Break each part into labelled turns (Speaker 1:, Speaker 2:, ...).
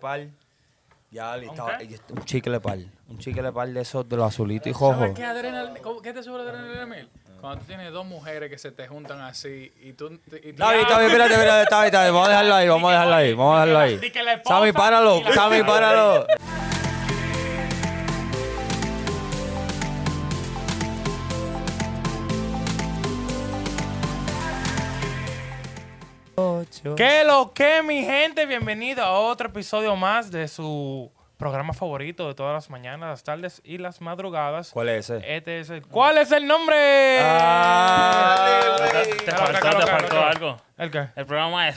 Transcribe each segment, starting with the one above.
Speaker 1: par. Ya, le estaba,
Speaker 2: Ok.
Speaker 1: yo- un chicle par. Un chicle par de esos de los azulitos y
Speaker 2: ¿Sabes
Speaker 1: rojos.
Speaker 2: qué, adrenalina, cómo- qué te sube la adrenalina, Emil? Cuando tú tienes dos mujeres que se te juntan así y tú... y- y-
Speaker 1: Está bien, está bien, espérate, espérate, está bien, está bien. Vamos a dejarlo ahí, vamos a dejarlo ahí, vamos a dejarlo
Speaker 2: Di
Speaker 1: ahí.
Speaker 2: que la esposa
Speaker 1: Sammy, páralo,
Speaker 2: y la-
Speaker 1: Sammy, páralo. Ocho.
Speaker 3: ¿Qué lo que, mi gente? Bienvenido a otro episodio más de su programa favorito de todas las mañanas, las tardes y las madrugadas.
Speaker 1: ¿Cuál es ese?
Speaker 2: Eh,
Speaker 3: Este es el- ¿Cuál es el nombre?
Speaker 1: Ah,
Speaker 4: Te
Speaker 3: Claro,
Speaker 4: faltó,
Speaker 3: claro,
Speaker 4: te
Speaker 3: claro,
Speaker 4: faltó
Speaker 3: claro.
Speaker 4: algo.
Speaker 3: ¿El qué?
Speaker 4: El programa es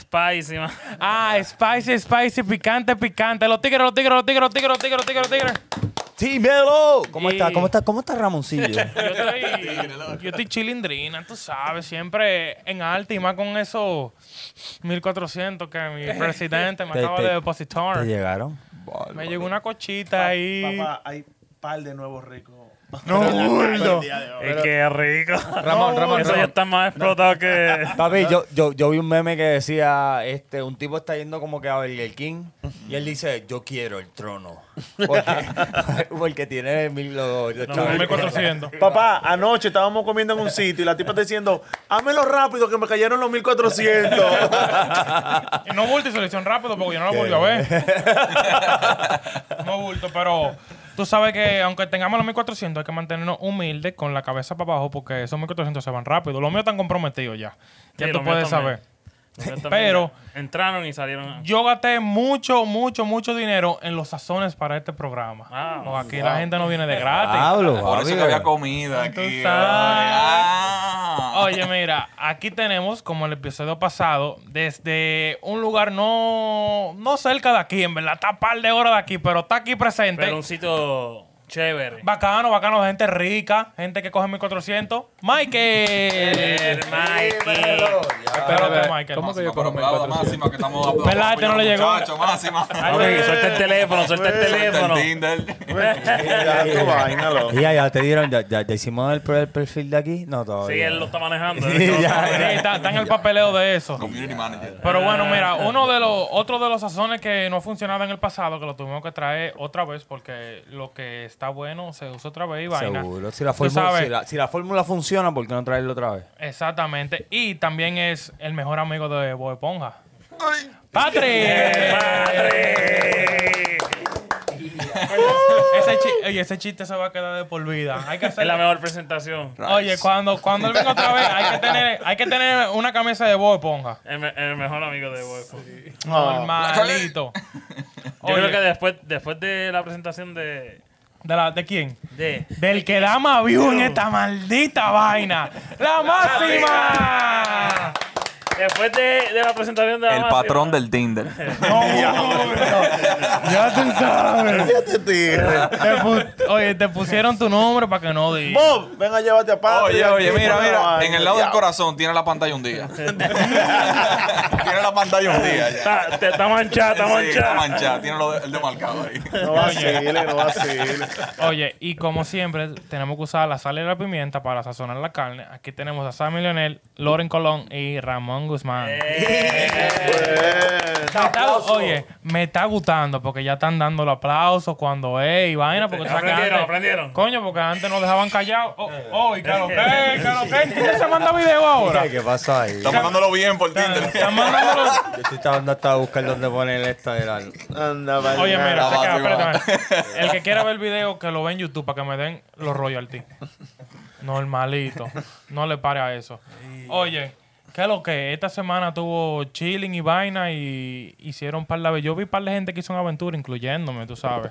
Speaker 4: Spicy, man.
Speaker 3: Ah, spicy, spicy, picante, picante. Los tigres, los tigres, los tigres, los tigres, los tigres, los tigres, los tigres.
Speaker 1: ¡Dímelo! ¿Cómo
Speaker 3: Y-
Speaker 1: está? ¿Cómo está? ¿Cómo está Ramoncillo?
Speaker 3: Yo estoy, yo estoy chilindrina, tú sabes, siempre en alta y más con esos 1400 que mi presidente me
Speaker 1: Te-
Speaker 3: acaba
Speaker 1: te-
Speaker 3: de depositar.
Speaker 1: ¿Te llegaron?
Speaker 3: Me llegó una cochita ahí.
Speaker 5: Papá, hay par de nuevos ricos.
Speaker 3: No, gordo.
Speaker 4: Eh, qué rico.
Speaker 2: Ramón, Ramón,
Speaker 4: Eso ya
Speaker 2: Ramón.
Speaker 4: está más explotado que.
Speaker 1: Papi, yo, yo, yo vi un meme que decía, este, un tipo está yendo como que a Burger King y él dice, yo quiero el trono. Porque, porque tiene mil logos.
Speaker 4: No,
Speaker 1: chavales.
Speaker 3: 1400.
Speaker 5: Papá, anoche estábamos comiendo en un sitio y la tipa está diciendo, hámelo rápido que me cayeron los 1400.
Speaker 3: Y no bulto y selección rápido porque yo no lo volví a ver. no bulto, pero tú sabes que aunque tengamos los 1400 hay que mantenernos humildes con la cabeza para abajo porque esos 1400 se van rápido. Los míos están comprometidos ya. Ya
Speaker 4: Sí,
Speaker 3: tú
Speaker 4: los míos
Speaker 3: puedes
Speaker 4: también.
Speaker 3: saber.
Speaker 4: Yo también-
Speaker 3: Pero-
Speaker 4: Entraron y salieron.
Speaker 3: Yo gasté mucho, mucho, mucho dinero en los sazones para este programa.
Speaker 4: Ah,
Speaker 3: Porque aquí la gente no viene de gratis.
Speaker 1: Pablo,
Speaker 6: Por eso
Speaker 1: papi.
Speaker 6: que había comida
Speaker 3: Tú
Speaker 6: aquí.
Speaker 3: sabes.
Speaker 6: Ah.
Speaker 3: Oye, mira, aquí tenemos, como el episodio pasado, desde un lugar no, no cerca de aquí, en verdad, está a par de horas de aquí, pero está aquí presente.
Speaker 4: Pero un sitio chévere.
Speaker 3: Bacano, bacano, gente rica, gente que coge 1400. Michael.
Speaker 4: Eh, Mikey.
Speaker 1: eh,
Speaker 3: Espérate, Michael.
Speaker 2: ¿Cómo que yo
Speaker 6: No, pero
Speaker 2: cojo
Speaker 6: aplauda máxima que estamos aplaudiendo.
Speaker 3: ¿Verdad? Este no le llegó.
Speaker 6: Muchacho, máxima.
Speaker 4: Ok, suelta el teléfono, suelta el teléfono.
Speaker 6: Está en Tinder.
Speaker 5: Ya, tu vaina, loco.
Speaker 1: Y ya, ya te dieron, ya, ya, ya hicimos el, pre- el perfil de aquí. No, todavía.
Speaker 4: Sí, él lo está manejando.
Speaker 1: Sí,
Speaker 4: él lo
Speaker 1: ya,
Speaker 4: está
Speaker 3: Sí,
Speaker 4: manejando.
Speaker 3: está, está en el papeleo de eso.
Speaker 6: Community manager.
Speaker 3: Pero bueno, mira, uno de los, otro de los sazones que no funcionaba en el pasado, que lo tuvimos que traer otra vez, porque lo que está bueno se usa otra vez y vaina.
Speaker 1: Seguro. Si la,
Speaker 3: Tú
Speaker 1: fórmula,
Speaker 3: sabes.
Speaker 1: si, la, si la fórmula funciona, ¿por qué no traerlo otra vez?
Speaker 3: Exactamente. Y también es el mejor amigo de Bob Esponja.
Speaker 6: Ay.
Speaker 3: ¡Patrick!
Speaker 4: ¡Madre!
Speaker 3: Ese, chi- oye, ese chiste se va a quedar de por vida. Hay que
Speaker 4: Es la
Speaker 3: hacer...
Speaker 4: mejor presentación.
Speaker 3: Oye, cuando, cuando él venga otra vez, hay que tener, hay que tener una camisa de Bob Esponja.
Speaker 4: El, me- el mejor amigo de Hueco.
Speaker 3: Normalito.
Speaker 4: Yo
Speaker 3: Oye,
Speaker 4: creo que después, después de la presentación de.
Speaker 3: ¿De, la- ¿De quién?
Speaker 4: de
Speaker 3: Del que da más view en esta maldita vaina. ¡La máxima!
Speaker 4: después de, de la presentación de la
Speaker 6: El
Speaker 4: mafia,
Speaker 6: patrón del Tinder.
Speaker 3: Ya tú sabes.
Speaker 5: Ya te tiré.
Speaker 3: Te pu- Oye, te pusieron tu nombre para que no digas.
Speaker 5: Bob, ven a llevarte a padre.
Speaker 6: Oye, oye, mira, mira. En el lado del
Speaker 5: corazón.
Speaker 6: corazón tiene la pantalla un día. tiene la pantalla un día ya.
Speaker 4: Está, te- está manchada, está
Speaker 6: Sí,
Speaker 4: manchada.
Speaker 6: está manchada. Tiene lo de- el demarcado ahí.
Speaker 5: No vacile, no vacile.
Speaker 3: Oye, y como siempre, tenemos que usar la sal y la pimienta para sazonar la carne. Aquí tenemos a Sammy Leonel, Loren Colón y Ramón Guzmán.
Speaker 5: Eh,
Speaker 3: Me está- oye, me está gustando porque ya están dando los aplausos cuando es y vaina. Porque tú sabes que
Speaker 4: Aprendieron,
Speaker 3: antes-
Speaker 4: aprendieron.
Speaker 3: Coño, porque antes nos dejaban callados. Oh, oh, y claro, ¿qué? Claro, ¿qué? ¿Tú se manda video ahora?
Speaker 1: ¿Qué pasa ahí?
Speaker 6: Estamos dándolo bien por Tinder.
Speaker 3: Están mandándolo-
Speaker 1: Yo estoy tratando hasta de buscar dónde poner esta de la...
Speaker 5: Anda,
Speaker 3: Oye,
Speaker 5: vaina.
Speaker 3: mira,
Speaker 6: va,
Speaker 3: chequea,
Speaker 6: sí, va.
Speaker 3: espérate. El que quiera ver el video, que lo ve en YouTube para que me den los royalties. Normalito. No le pare a eso. Oye, ¿qué es lo que? Esta semana tuvo chilling y vaina y hicieron par de... Yo vi par de gente que hizo una aventura, incluyéndome, tú sabes.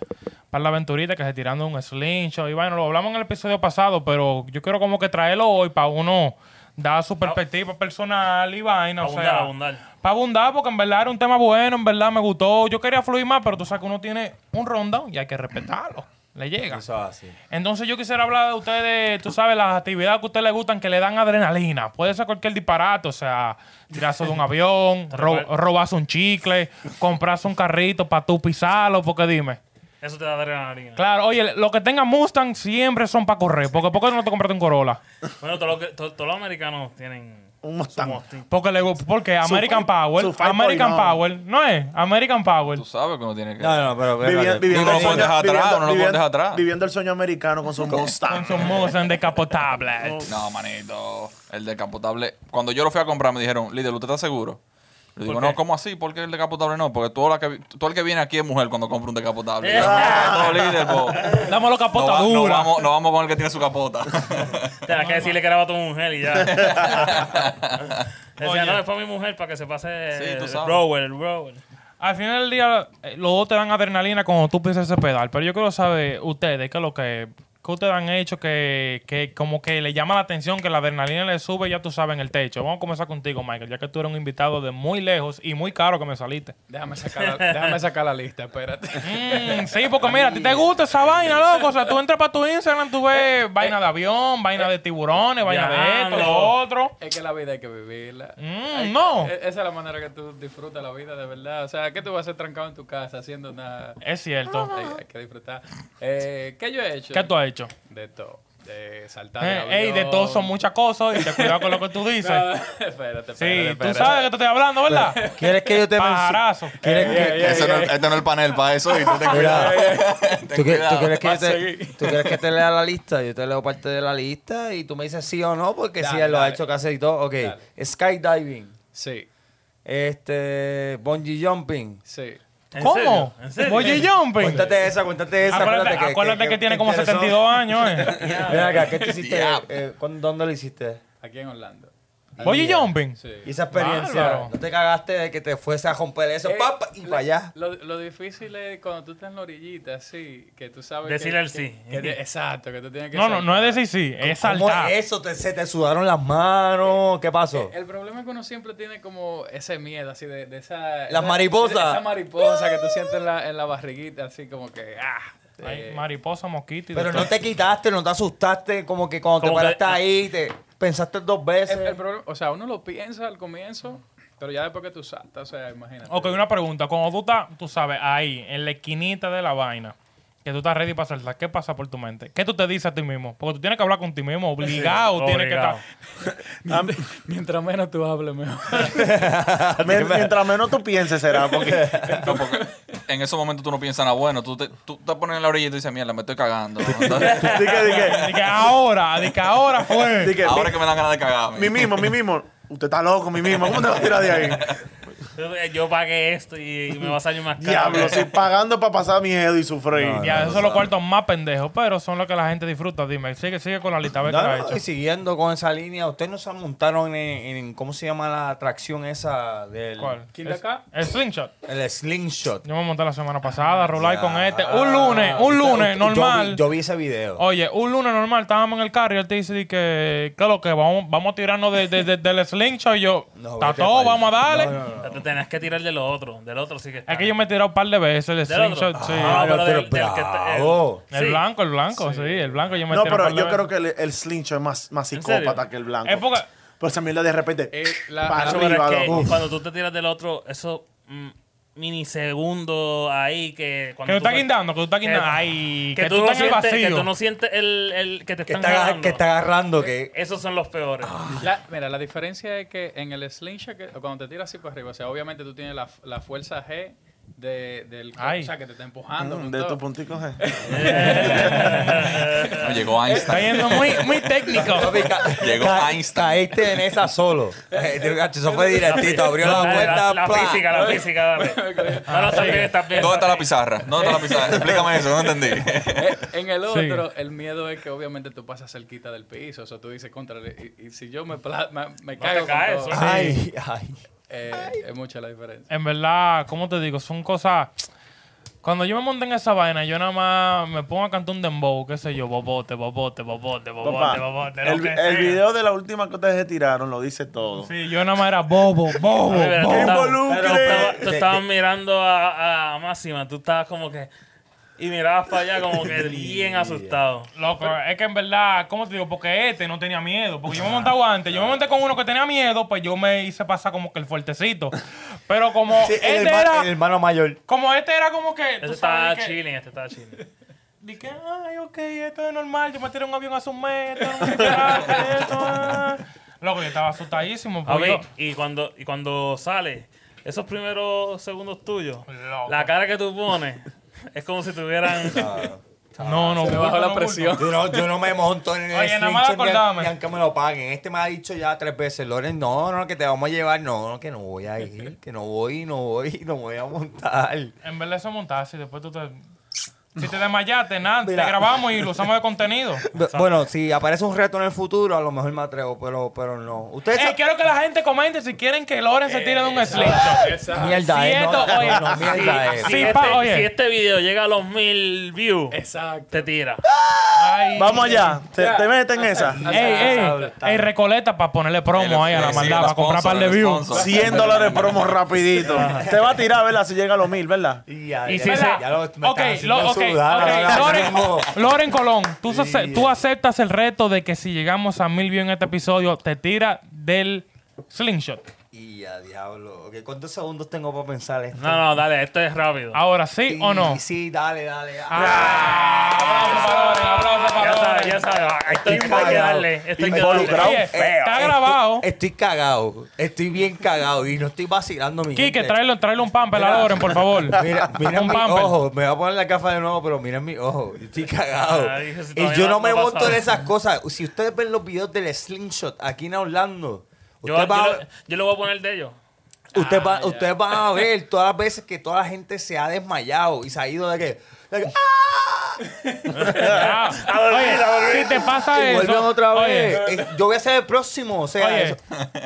Speaker 3: Par de aventuritas que se tiraron un slingshot y vaina. Lo hablamos en el episodio pasado, pero yo quiero como que traerlo hoy para uno dar su perspectiva personal y vaina. o
Speaker 4: Abundar,
Speaker 3: sea,
Speaker 4: abundar.
Speaker 3: para abundar, porque en verdad era un tema bueno, en verdad me gustó. Yo quería fluir más, pero tú sabes que uno tiene un rundown y hay que respetarlo. Le llega.
Speaker 1: Eso es así.
Speaker 3: Entonces yo quisiera hablar de ustedes, tú sabes, las actividades que a ustedes les gustan, que le dan adrenalina. Puede ser cualquier disparate, o sea, tirarse de un avión, ro- robarse un chicle, comprarse un carrito para tú pisarlo, porque dime.
Speaker 4: Eso te da adrenalina.
Speaker 3: Claro, oye, lo que tengan Mustang siempre son para correr, porque ¿por qué no te compraste un Corolla?
Speaker 4: Bueno, todos los que- to- todos los americanos tienen
Speaker 5: un mustang.
Speaker 3: Porque, le, gu- porque American
Speaker 5: five-
Speaker 3: Power.
Speaker 5: su five
Speaker 3: American
Speaker 5: point, no.
Speaker 3: Power. No es. American Power.
Speaker 6: Tú sabes que uno tiene que.
Speaker 1: No, no, pero.
Speaker 5: Viviendo,
Speaker 1: espérate.
Speaker 5: viviendo
Speaker 6: Uno
Speaker 5: el
Speaker 6: lo
Speaker 5: sueño-
Speaker 6: puede dejar atrás,
Speaker 5: viviendo-
Speaker 6: uno lo puede
Speaker 5: viviendo-
Speaker 6: dejar atrás.
Speaker 5: Viviendo el sueño americano con su Mustang.
Speaker 3: Con sus musas decapotables.
Speaker 6: No, manito. El decapotable. Cuando yo lo fui a comprar, me dijeron, líder, ¿usted está seguro? Le digo, no, ¿cómo así? ¿Por qué el decapotable no? Porque todo, la que, todo el que viene aquí es mujer cuando compra un decapotable. Y yo, "Ah, no, líder, po".
Speaker 3: Damos los
Speaker 6: No,
Speaker 3: capotas
Speaker 6: va- no
Speaker 3: duras.
Speaker 6: vamos, no vamos con el que tiene su capota.
Speaker 4: Tienes que decirle que era tu mujer y ya. Decía,
Speaker 3: Oye.
Speaker 4: no, fue mi mujer para que se pase
Speaker 6: Sí, tú
Speaker 4: el
Speaker 6: sabes.
Speaker 4: rower, el rower.
Speaker 3: Al final del día, eh, los dos te dan adrenalina cuando tú pisas ese pedal. Pero yo quiero saber ustedes qué es lo que, qué ustedes han hecho que, que como que le llama la atención, que la adrenalina le sube, ya tú sabes, en el techo. Vamos a comenzar contigo, Michael, ya que tú eres un invitado de muy lejos y muy caro que me saliste.
Speaker 2: Déjame sacar, la, déjame sacar la lista, espérate.
Speaker 3: Mm, sí, porque mira, a ti te gusta esa vaina, loco. O sea, tú entras para tu Instagram, tú
Speaker 6: Eh,
Speaker 3: ves vaina de avión, vaina de tiburones, vaina de esto, lo
Speaker 4: Diablo.
Speaker 3: otro.
Speaker 2: Es que la vida hay que vivirla.
Speaker 3: Mm,
Speaker 2: Hay-
Speaker 6: eh,
Speaker 3: no.
Speaker 2: e- Esa es la manera que tú disfrutas la vida, de verdad. O sea, ¿qué tú vas a hacer trancado en tu casa haciendo nada? Eh,
Speaker 3: Es cierto.
Speaker 2: Hay, hay que disfrutar. Eh, ¿Qué yo he hecho?
Speaker 3: ¿Qué tú has hecho?
Speaker 2: De todo. De saltar de
Speaker 3: Eh, ey, de todo son muchas cosas y te cuidado con lo que tú dices.
Speaker 2: espérate, espérate.
Speaker 3: Sí, tú
Speaker 2: espérate.
Speaker 3: sabes que te estoy hablando, ¿verdad?
Speaker 1: ¿Quieres que yo te mencione?
Speaker 3: Pajarazo.
Speaker 1: ¿Quieres que.?
Speaker 6: Ese no- este no es el panel para eso y tú te cuidas.
Speaker 1: ¿Tú, que-
Speaker 6: cuidado.
Speaker 1: tú quieres que yo
Speaker 2: Va a
Speaker 1: te,
Speaker 2: seguir.
Speaker 1: tú quieres que te lea la lista? Yo te leo parte de la lista y tú me dices sí o no, porque sí,
Speaker 2: Dale,
Speaker 1: él lo ha
Speaker 2: dale.
Speaker 1: hecho casi todo. Ok,
Speaker 2: Dale.
Speaker 1: skydiving,
Speaker 2: Sí,
Speaker 1: este, bungee jumping.
Speaker 2: sí.
Speaker 4: ¿En
Speaker 3: ¿Cómo?
Speaker 4: serio? ¿En serio?
Speaker 3: Oye, jumping.
Speaker 1: Cuéntate esa, cuéntate esa.
Speaker 3: Acuérdate, acuérdate que, tiene como 72 años. Eh.
Speaker 1: años. Mira acá, ¿qué tú hiciste?
Speaker 6: Diablo.
Speaker 1: eh, ¿cuándo- ¿Dónde lo hiciste?
Speaker 2: Aquí en Orlando.
Speaker 3: Oye, jumping.
Speaker 2: Sí.
Speaker 1: Y esa experiencia,
Speaker 3: Bárbaro.
Speaker 1: ¿no te cagaste de que te fuese a romper eso?
Speaker 2: Eh,
Speaker 1: pap, y
Speaker 2: la-
Speaker 1: para allá.
Speaker 2: Lo, lo difícil es cuando tú estás en la orillita, sí, que tú sabes.
Speaker 4: Decirle
Speaker 2: que,
Speaker 4: el sí.
Speaker 2: que- que te- exacto, que tú tienes que.
Speaker 3: No, no, no
Speaker 2: saltar.
Speaker 3: es decir sí, es
Speaker 1: ¿Cómo
Speaker 3: saltar.
Speaker 1: eso? Te- se te sudaron las manos. ¿Qué
Speaker 5: Eh,
Speaker 1: pasó?
Speaker 2: El problema es que uno siempre tiene como ese miedo, así de, de esa.
Speaker 1: Las
Speaker 2: esa-
Speaker 1: mariposas.
Speaker 2: Esa mariposa que tú sientes en la, en la barriguita, así como que. ¡Ah!
Speaker 3: Ay,
Speaker 2: eh,
Speaker 3: mariposa, mosquito y de
Speaker 1: Pero
Speaker 5: eh,
Speaker 3: todo.
Speaker 1: no te quitaste, no te asustaste, como que cuando
Speaker 4: Como
Speaker 1: te
Speaker 4: que-
Speaker 1: paraste ahí, te pensaste dos veces.
Speaker 2: el,
Speaker 5: Eh,
Speaker 2: el problema, o sea, uno lo piensa al comienzo, pero ya después que tú saltas, o sea, imagínate.
Speaker 3: Ok, una pregunta. Cuando tú estás, tú sabes, ahí, en la esquinita de la vaina, que tú estás ready para saltar, ¿qué pasa por tu mente? ¿Qué tú te dices a ti mismo? Porque tú tienes que hablar con ti mismo, obligado, tienes que
Speaker 4: obligado.
Speaker 3: estar.
Speaker 2: Mientras menos tú hables, mejor.
Speaker 5: Men- Mientras menos tú pienses, será. Porque
Speaker 6: No, porque en esos momentos tú no piensas nada bueno. Tú te, tú te pones en la orilla y tú dices, mierda, me estoy cagando. Entonces,
Speaker 5: di que, di que,
Speaker 3: De que ahora, de que ahora fue.
Speaker 5: di que,
Speaker 6: ahora que me dan ganas de cagarme.
Speaker 5: mi, mi mismo, mi mismo. Usted está loco, mi mismo. ¿Cómo te vas a tirar de ahí?
Speaker 4: Yo- eh, Yo pagué esto y, y me va a salir más caro.
Speaker 5: Diablo, si pagando para pasar miedo y sufrir.
Speaker 1: Ah,
Speaker 3: Ya, esos son los cuartos más pendejos, pero son los que la gente disfruta. Dime, sigue, sigue con la lista, a ver
Speaker 1: No,
Speaker 3: qué la ha
Speaker 1: no,
Speaker 3: hecho.
Speaker 1: y siguiendo con esa línea, ustedes no se montaron en, en- ¿cómo se llama la atracción esa del
Speaker 3: ¿Cuál?
Speaker 2: ¿Quién de
Speaker 3: Es-
Speaker 2: acá?
Speaker 3: El slingshot.
Speaker 1: el slingshot?
Speaker 3: Yo me monté la semana pasada, rolar con este. Un
Speaker 1: Ah,
Speaker 3: lunes, un
Speaker 1: usted-
Speaker 3: lunes,
Speaker 1: yo
Speaker 3: normal. Oh,
Speaker 1: vi- Yo vi ese video.
Speaker 3: Oye, un lunes normal, estábamos en el carro y él te dice di que, ¿qué es lo que? Vamos, vamos a tirarnos de, de- de- del slingshot. Y yo,
Speaker 1: No,
Speaker 3: está
Speaker 1: vete
Speaker 3: todo,
Speaker 1: pa'l-
Speaker 3: vamos a darle.
Speaker 1: No, no, no.
Speaker 4: O sea, Te tenías que tirar de los otros. Del otro sí que está.
Speaker 3: Es que yo me he tirado un par de veces de
Speaker 4: ¿Del otro?
Speaker 3: slingshot, sí.
Speaker 4: Ah,
Speaker 1: Pero,
Speaker 4: pero
Speaker 1: pero
Speaker 4: del- del que está- el-
Speaker 1: bravo.
Speaker 3: el
Speaker 4: sí.
Speaker 3: blanco, el blanco, sí. el blanco yo me he
Speaker 5: No,
Speaker 3: tirado
Speaker 5: pero
Speaker 3: un par de
Speaker 5: yo creo
Speaker 3: veces.
Speaker 5: que el, el slincho es más, más
Speaker 4: ¿En serio?
Speaker 5: psicópata que el blanco.
Speaker 3: Es porque...
Speaker 5: Por esa mierda de repente.
Speaker 2: Eh, la-
Speaker 5: para
Speaker 2: la-
Speaker 4: Nacho, pero
Speaker 5: arriba,
Speaker 4: es que
Speaker 5: loco.
Speaker 4: cuando tú te tiras del otro, esos mm, minisegundos ahí que.
Speaker 3: Que
Speaker 4: Cuando
Speaker 3: tú
Speaker 4: tú
Speaker 3: estás
Speaker 4: te-
Speaker 3: guindando, que tú estás guindando.
Speaker 4: que-
Speaker 3: Ay,
Speaker 4: Eh, Que, tú, no
Speaker 3: estás en el
Speaker 4: sientes, que
Speaker 3: vacío.
Speaker 4: tú no sientes el, el que te
Speaker 1: Que está,
Speaker 4: están
Speaker 1: aga-
Speaker 4: ganando.
Speaker 1: que está Ah. agarrando, que
Speaker 3: Eh,
Speaker 4: Esos son los peores.
Speaker 2: La- mira, la diferencia es que en el slingshot, que- cuando te tiras así para arriba, o sea, obviamente tú tienes la, la fuerza G de, del
Speaker 3: Ay.
Speaker 2: O sea, que te está empujando.
Speaker 5: Mm,
Speaker 2: con
Speaker 5: de
Speaker 2: todo.
Speaker 5: estos punticos. eh.
Speaker 4: Eh.
Speaker 6: No, llegó
Speaker 3: Está
Speaker 6: Einstein.
Speaker 3: yendo muy, muy técnico.
Speaker 1: Papi,
Speaker 3: eh,
Speaker 1: ca-
Speaker 6: Llegó
Speaker 1: ca-
Speaker 6: Einstein.
Speaker 1: Caíste en esa solo. Eh, te- gacho, Eso fue directito, abrió la puerta.
Speaker 4: la, la
Speaker 1: ¡plá!
Speaker 4: física, la física, dale. No, no, está bien, está bien.
Speaker 6: ¿Dónde está la pizarra? ¿Dónde está la pizarra? Explícame eso, no entendí.
Speaker 2: Eh, en el
Speaker 3: Sí.
Speaker 2: otro, el miedo es que obviamente tú pasas cerquita del piso. O sea, tú dices, contra, y, y si yo me, pla- me, me caigo con
Speaker 4: caes,
Speaker 2: todo".
Speaker 4: sí.
Speaker 1: Ay, ay.
Speaker 2: Eh, es mucha la diferencia.
Speaker 3: en verdad, ¿cómo te digo? Son cosas. Cuando yo me monté en esa vaina, yo nada más me pongo a cantar un dembow, qué sé yo, bobote, bobote, bobote,
Speaker 5: Papá,
Speaker 3: bobote, bobote. lo
Speaker 5: el,
Speaker 3: que
Speaker 5: el
Speaker 3: sea.
Speaker 5: video de la última que ustedes tiraron lo dice todo.
Speaker 3: Sí, yo nada más era bobo, bobo,
Speaker 4: A ver,
Speaker 3: bobo.
Speaker 4: tú estabas-
Speaker 5: involucre!
Speaker 4: pero estabas- Tú
Speaker 1: De-
Speaker 4: estabas mirando a, a Máxima, tú estabas como que. Y mirabas para allá como que bien asustado.
Speaker 3: Loco, es que en verdad, ¿cómo te digo? Porque este no tenía miedo. Porque yo
Speaker 5: Ah,
Speaker 3: me montaba antes. Yo me monté con uno que tenía miedo, pues yo me hice pasar como que el fuertecito. Pero como
Speaker 1: Sí,
Speaker 3: este
Speaker 1: el, herma-
Speaker 3: era.
Speaker 1: el hermano mayor.
Speaker 3: Como este era como que.
Speaker 4: Este
Speaker 3: tú
Speaker 4: estaba
Speaker 3: sabes, de que-
Speaker 4: chilling, este estaba chilling.
Speaker 3: Dije, ay, ok, esto es normal. Yo me tiré un avión hace un mes. Esto es un disparate, esto, ah. Loco, yo estaba asustadísimo.
Speaker 4: A
Speaker 3: porque
Speaker 4: ver,
Speaker 3: yo-
Speaker 4: y cuando, y cuando sale, esos primeros segundos tuyos,
Speaker 3: Loco.
Speaker 4: la cara que tú pones es como si tuvieran.
Speaker 1: Ah,
Speaker 3: No, no,
Speaker 2: Me
Speaker 3: bulto,
Speaker 2: bajó
Speaker 3: no,
Speaker 2: la
Speaker 3: bulto.
Speaker 2: presión.
Speaker 1: Yo no, yo no me monto en el
Speaker 3: Oye, nada más
Speaker 1: Slincher ni-
Speaker 3: acordame.
Speaker 1: ni aunque me lo paguen. Este me ha dicho ya tres veces, Loren, no, no, que te vamos a llevar. No, no, que no voy a ir, que no voy, no voy, no voy a montar.
Speaker 3: En verdad eso montaje, si después tú te... Si te desmayaste, nada, te
Speaker 1: Mira.
Speaker 3: grabamos y lo usamos de contenido.
Speaker 1: B- Bueno, si aparece un reto en el futuro, a lo mejor me atrevo, pero, pero no. Ustedes
Speaker 3: Eh,
Speaker 1: saben-
Speaker 3: quiero que la gente comente si quieren que Loren se tire de un slingshot.
Speaker 2: Exacto.
Speaker 1: Ah, Mierda
Speaker 3: si
Speaker 1: es, no,
Speaker 3: esto-
Speaker 1: no,
Speaker 3: oye,
Speaker 1: no, mierda eh. es.
Speaker 3: Sí,
Speaker 4: si,
Speaker 3: pa,
Speaker 4: este,
Speaker 3: oye.
Speaker 4: si este video llega a los mil views,
Speaker 2: Exacto.
Speaker 4: te tira.
Speaker 3: Ay.
Speaker 5: Vamos allá. Te, te meten esa.
Speaker 3: Ey, ey, ey, recoleta para ponerle promo ahí a la maldad, para comprar par de views.
Speaker 5: 100 dólares promo rapidito. Te va a tirar, ¿verdad? Si llega a los mil, ¿verdad?
Speaker 1: Y ya,
Speaker 4: Y
Speaker 1: ya,
Speaker 4: si
Speaker 1: ya,
Speaker 4: se-
Speaker 1: ya lo, me
Speaker 3: Ok,
Speaker 1: están
Speaker 3: lo-
Speaker 1: haciendo
Speaker 3: ok,
Speaker 1: sudar,
Speaker 3: ok,
Speaker 1: ahora
Speaker 3: Loren,
Speaker 1: mismo.
Speaker 3: Loren Colón, tú, ace- tú aceptas el reto de que si llegamos a mil views en este episodio, te tira del slingshot.
Speaker 1: Y ya, diablo. Ok, ¿Cuántos segundos tengo para pensar esto?
Speaker 4: No, no, dale, esto es rápido.
Speaker 3: Ahora sí o no.
Speaker 1: Sí, Sí, dale, dale.
Speaker 3: Ah, aplauso para Loren, aplauso para
Speaker 4: Ya
Speaker 3: Loren.
Speaker 4: sabes, ya sabes. ah, Esto hay que
Speaker 1: Involucrado.
Speaker 4: darle. Esto hay que
Speaker 5: Involucrado.
Speaker 4: darle.
Speaker 3: Oye,
Speaker 5: feo.
Speaker 3: Está
Speaker 1: Estoy-
Speaker 3: grabado.
Speaker 1: Estoy, cagado. Estoy bien cagado y no estoy vacilando mi
Speaker 3: Quique,
Speaker 1: gente.
Speaker 3: tráele, tráele un pamper a Loren, por favor.
Speaker 1: Mira, mira
Speaker 3: un
Speaker 1: mi
Speaker 3: pamper.
Speaker 1: ojo, me voy a poner la gafa de nuevo, pero miren mi ojo, yo estoy cagado.
Speaker 3: Ah,
Speaker 4: Ay, eso sí,
Speaker 1: y
Speaker 4: todavía
Speaker 1: yo
Speaker 4: no-
Speaker 1: no me
Speaker 4: no
Speaker 1: monto
Speaker 4: pasaba.
Speaker 1: en esas cosas. Si ustedes ven los videos del slingshot aquí en Orlando,
Speaker 4: Yo,
Speaker 1: ustedes
Speaker 4: yo,
Speaker 1: van a-
Speaker 4: le- yo le voy a poner de ellos.
Speaker 1: Usted
Speaker 3: Ah,
Speaker 1: va, ustedes van a ver todas las veces que toda la gente se ha desmayado y se ha ido de que. de que, ¡ah!
Speaker 3: Ya. Oye, si te pasa
Speaker 1: Y
Speaker 3: eso.
Speaker 1: vuelven otra
Speaker 3: oye,
Speaker 1: vez. Eh, Yo voy a ser el próximo, o sea.
Speaker 3: Oye,
Speaker 1: eso-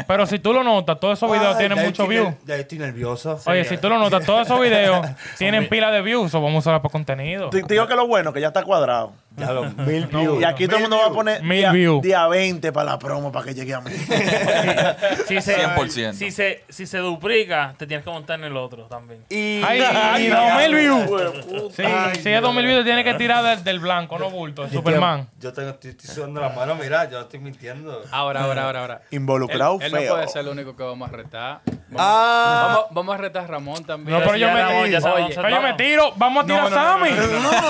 Speaker 3: pero si tú lo notas, todos esos videos
Speaker 1: Ay,
Speaker 3: tienen
Speaker 1: Ah, ya
Speaker 3: muchos
Speaker 1: estoy ner-
Speaker 3: views.
Speaker 1: Ya estoy nervioso.
Speaker 3: Oye, si tú lo notas, todos esos videos tienen pila de views, o vamos a usarla para contenido.
Speaker 5: Te, te digo que lo bueno, que ya está cuadrado.
Speaker 1: Ya los mil views.
Speaker 5: Y aquí todo el mundo va a poner
Speaker 3: Mil
Speaker 5: día,
Speaker 3: views.
Speaker 5: día 20 para la promo para que llegue a mí.
Speaker 4: Si se,
Speaker 6: 100%.
Speaker 4: Si se, si se duplica, te tienes que montar en el otro también.
Speaker 1: Y.
Speaker 3: Ay, y
Speaker 1: y-
Speaker 3: dos mil
Speaker 1: y-
Speaker 3: views. Sí,
Speaker 1: Ay,
Speaker 3: si es 2000 views, tiene que tirar del, del blanco, no bulto, de Superman.
Speaker 1: Yo tengo, estoy, estoy sudando las manos, mira, yo estoy mintiendo.
Speaker 2: Ahora, ahora, ahora, ahora.
Speaker 5: Involucrado
Speaker 2: él, él
Speaker 5: feo.
Speaker 2: no puede ser el único que vamos a retar. Vamos,
Speaker 1: Ah.
Speaker 2: vamos, vamos a retar a Ramón también.
Speaker 3: No, pero yo
Speaker 4: Ya
Speaker 3: me-
Speaker 4: Ramón, ya sabemos,
Speaker 2: Oye,
Speaker 3: Pero yo me
Speaker 4: vamos.
Speaker 3: tiro, vamos a tirar a Sammy.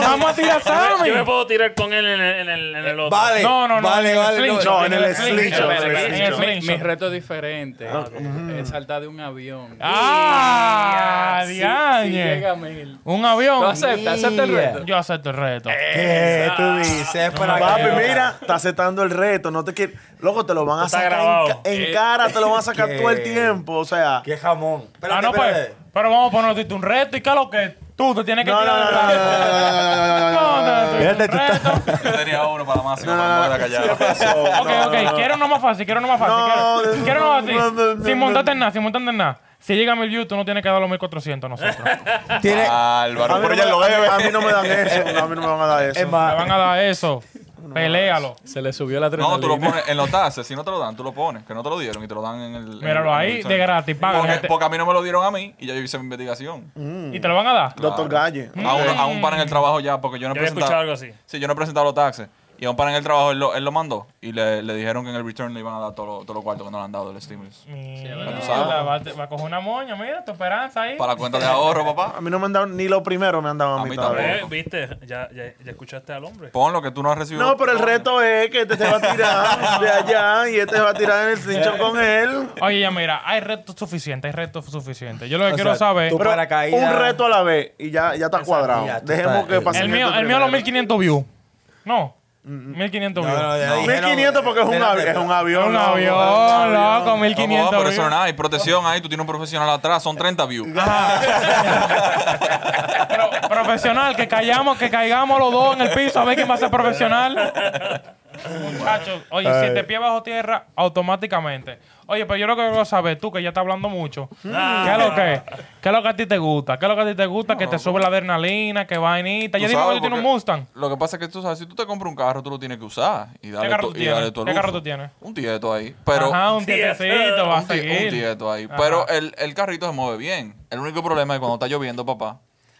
Speaker 3: Vamos a tirar a Sammy.
Speaker 4: Yo me puedo tirar con él en el, en el, en el otro.
Speaker 1: Eh, Vale,
Speaker 3: No, no, no.
Speaker 1: vale,
Speaker 3: en el
Speaker 1: vale.
Speaker 3: slingshot,
Speaker 5: no, en el slingshot,
Speaker 2: Espera,
Speaker 5: en el
Speaker 2: espera,
Speaker 3: en el
Speaker 2: mi- mi,
Speaker 3: slingshot.
Speaker 2: reto es diferente.
Speaker 6: Ah,
Speaker 2: Eh, Es saltar de un avión.
Speaker 3: Ah,
Speaker 2: Sí, sí
Speaker 3: diañe.
Speaker 2: llega a mil.
Speaker 3: Un
Speaker 2: Lo
Speaker 3: avión.
Speaker 2: acepta, acepta el reto.
Speaker 3: Yo acepto el reto.
Speaker 1: ¿Qué tú dices? Para
Speaker 5: Papi,
Speaker 1: que-
Speaker 5: mira, está aceptando el reto. No te quiere... Loco, te lo van a
Speaker 4: Está
Speaker 5: sacar en
Speaker 4: grabado.
Speaker 5: ca- en, cara, te lo van a sacar
Speaker 1: ¿Qué?
Speaker 5: todo el tiempo. O sea,
Speaker 1: Qué jamón.
Speaker 3: ah,
Speaker 1: Espérate,
Speaker 3: no, pues.
Speaker 1: espérate.
Speaker 3: Pero vamos a ponernos un reto y qué es lo que tú te tienes que
Speaker 5: No, no,
Speaker 3: tirar.
Speaker 5: no,
Speaker 3: del
Speaker 5: no, no,
Speaker 3: reto.
Speaker 5: no, no, no, no, no, no, no, no,
Speaker 3: No, no, no,
Speaker 5: Espérate,
Speaker 3: un
Speaker 5: tú estás-
Speaker 3: reto.
Speaker 6: Yo tenía uno para la máxima, pero me quedé callado.
Speaker 5: no,
Speaker 3: Ok, ok, quiero uno más fácil, quiero uno más fácil.
Speaker 5: No,
Speaker 3: quiero-
Speaker 5: no,
Speaker 3: quiero uno más
Speaker 5: no, no,
Speaker 3: fácil.
Speaker 5: no,
Speaker 3: Sin
Speaker 5: no,
Speaker 3: montarte en nada, sin montarte en nada. Si llega a mil views, tú no tienes que dar los 1400 a nosotros. Te
Speaker 1: Tiene.
Speaker 5: A
Speaker 6: Álvaro,
Speaker 5: mí, no
Speaker 6: pero ya
Speaker 5: me,
Speaker 6: lo
Speaker 5: a,
Speaker 6: debe.
Speaker 5: mí, a mí no me dan eso, no, a mí no me van a dar eso.
Speaker 1: Es más,
Speaker 3: van a dar eso. Peléalo.
Speaker 2: Se le subió la adrenalina.
Speaker 6: No, tú lo pones en los taxes. Si no te lo dan, tú lo pones. Que no te lo dieron y te lo dan en el. en
Speaker 3: Míralo
Speaker 6: el-
Speaker 3: ahí,
Speaker 6: en el-
Speaker 3: de gratis, paga,
Speaker 6: Porque,
Speaker 3: gente.
Speaker 6: porque a mí no me lo dieron a mí y ya yo hice mi investigación.
Speaker 5: Mm.
Speaker 3: ¿Y te lo van a dar?
Speaker 5: Doctor Galle.
Speaker 6: A un, a un pan en el trabajo ya, porque yo no he
Speaker 4: Yo había escuchado
Speaker 6: presentado.
Speaker 4: algo así.
Speaker 6: Sí, yo no he presentado los taxes. Y a un pan en el trabajo él lo, él lo mandó y le, le dijeron que en el return le iban a dar todos los todos los cuartos que no le han dado el stimulus.
Speaker 3: Mira,
Speaker 6: tú sabes.
Speaker 3: va, a- va a coger una moña, mira, tu esperanza ahí.
Speaker 6: Para la cuenta de ahorro,
Speaker 5: A
Speaker 6: papá.
Speaker 5: mí no me han dado ni lo primero, me han dado a
Speaker 6: A
Speaker 5: mí
Speaker 6: mí
Speaker 5: todavía.
Speaker 4: Eh, ¿Viste? Ya, ya, ya escuchaste al hombre.
Speaker 6: Pon lo que tú no has recibido.
Speaker 5: No, pero el reto es que este te va a tirar de allá y este se va a tirar en el cincho con él.
Speaker 3: Oye, ya mira, hay retos suficientes, hay retos suficientes. Yo lo que
Speaker 1: O
Speaker 3: quiero
Speaker 1: sea,
Speaker 3: saber.
Speaker 1: tú-
Speaker 5: Pero
Speaker 1: paracaídas.
Speaker 5: un reto a la vez y ya, ya está cuadrado.
Speaker 1: Ya, tú
Speaker 5: Dejemos
Speaker 1: estás-
Speaker 5: que
Speaker 1: el-
Speaker 5: pase.
Speaker 3: El mío, el mío a los 1500 views. No, 1500
Speaker 1: No,
Speaker 3: views.
Speaker 1: no, ya dije, no.
Speaker 5: 1500 porque es un,
Speaker 1: Espérate,
Speaker 5: avi- es un
Speaker 3: Es
Speaker 5: avión.
Speaker 3: un
Speaker 5: loco, es
Speaker 3: avión,
Speaker 5: un avión.
Speaker 3: loco,
Speaker 6: No, papá,
Speaker 3: 1500
Speaker 6: pero eso no es
Speaker 3: views.
Speaker 6: nada. Hay protección ahí. Tú tienes un profesional atrás. Son 30 views.
Speaker 3: Pero, profesional, que callamos, que caigamos los dos en el piso a ver quién va a ser profesional. Muchachos, oye, siete pies bajo tierra, automáticamente. Oye, pero yo lo que quiero saber, tú que ya estás hablando mucho,
Speaker 6: Mm.
Speaker 3: ¿qué es lo que? ¿Qué es lo que a ti te gusta? ¿Qué es lo que a ti te gusta? que te sube la adrenalina, que vainita.
Speaker 6: Tú
Speaker 3: Yo digo
Speaker 6: sabes,
Speaker 3: que tú tienes un
Speaker 6: porque
Speaker 3: Mustang.
Speaker 6: Lo que pasa es que tú sabes, si tú te compras un carro, tú lo tienes que usar. Y darle
Speaker 3: carro
Speaker 6: to-
Speaker 3: tú
Speaker 6: y
Speaker 3: tienes?
Speaker 6: darle todo el
Speaker 3: ¿Qué carro
Speaker 6: uso.
Speaker 3: tú tienes?
Speaker 6: Un tieto ahí. Pero
Speaker 3: Ajá, un
Speaker 4: Sí, es-
Speaker 3: tietecito, va a
Speaker 6: un, eh. tie- un
Speaker 3: seguir.
Speaker 6: tieto ahí. Pero el, el carrito se mueve bien. El único problema es cuando está lloviendo, papá.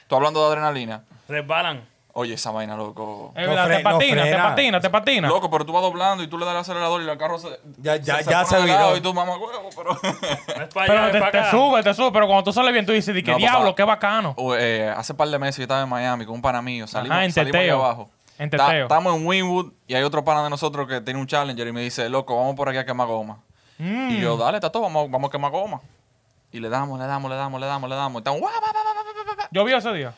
Speaker 6: Tú hablando de adrenalina.
Speaker 4: Resbalan.
Speaker 6: Oye, esa vaina, loco.
Speaker 3: Es verdad, Eh, te
Speaker 1: No fre- no
Speaker 3: patina, te
Speaker 1: frena.
Speaker 3: patina, te patina.
Speaker 6: Loco, pero tú vas doblando y tú le das el acelerador y el carro se.
Speaker 1: Ya- ya-
Speaker 6: se,
Speaker 1: ya
Speaker 6: pone
Speaker 1: se
Speaker 6: de lado
Speaker 1: viró.
Speaker 6: Y tú, mamá, huevo, pero.
Speaker 4: No es para allá,
Speaker 3: Pero
Speaker 4: es
Speaker 3: te,
Speaker 4: para
Speaker 3: te
Speaker 4: acá.
Speaker 3: sube, te sube. Pero cuando tú sales bien, tú dices, "Di que
Speaker 6: No, papá.
Speaker 3: diablo, qué bacano.
Speaker 6: O, eh, hace par de meses yo estaba en Miami con un pana mío. Salimos,
Speaker 3: Ajá, en
Speaker 6: salimos
Speaker 3: teteo.
Speaker 6: allá abajo.
Speaker 3: En
Speaker 6: Ta-
Speaker 3: teteo.
Speaker 6: Estamos en Winwood y hay otro pana de nosotros que tiene un challenger y me dice, loco, vamos por aquí a quemar goma. Y
Speaker 3: Mm.
Speaker 6: yo, dale, tato, vamos, vamos a quemar goma. Y le damos, le damos, le damos, le damos, le damos. Y estamos, guau, guau, guau, guau, guau, guau, guau.
Speaker 3: ¿Yo vi ese día?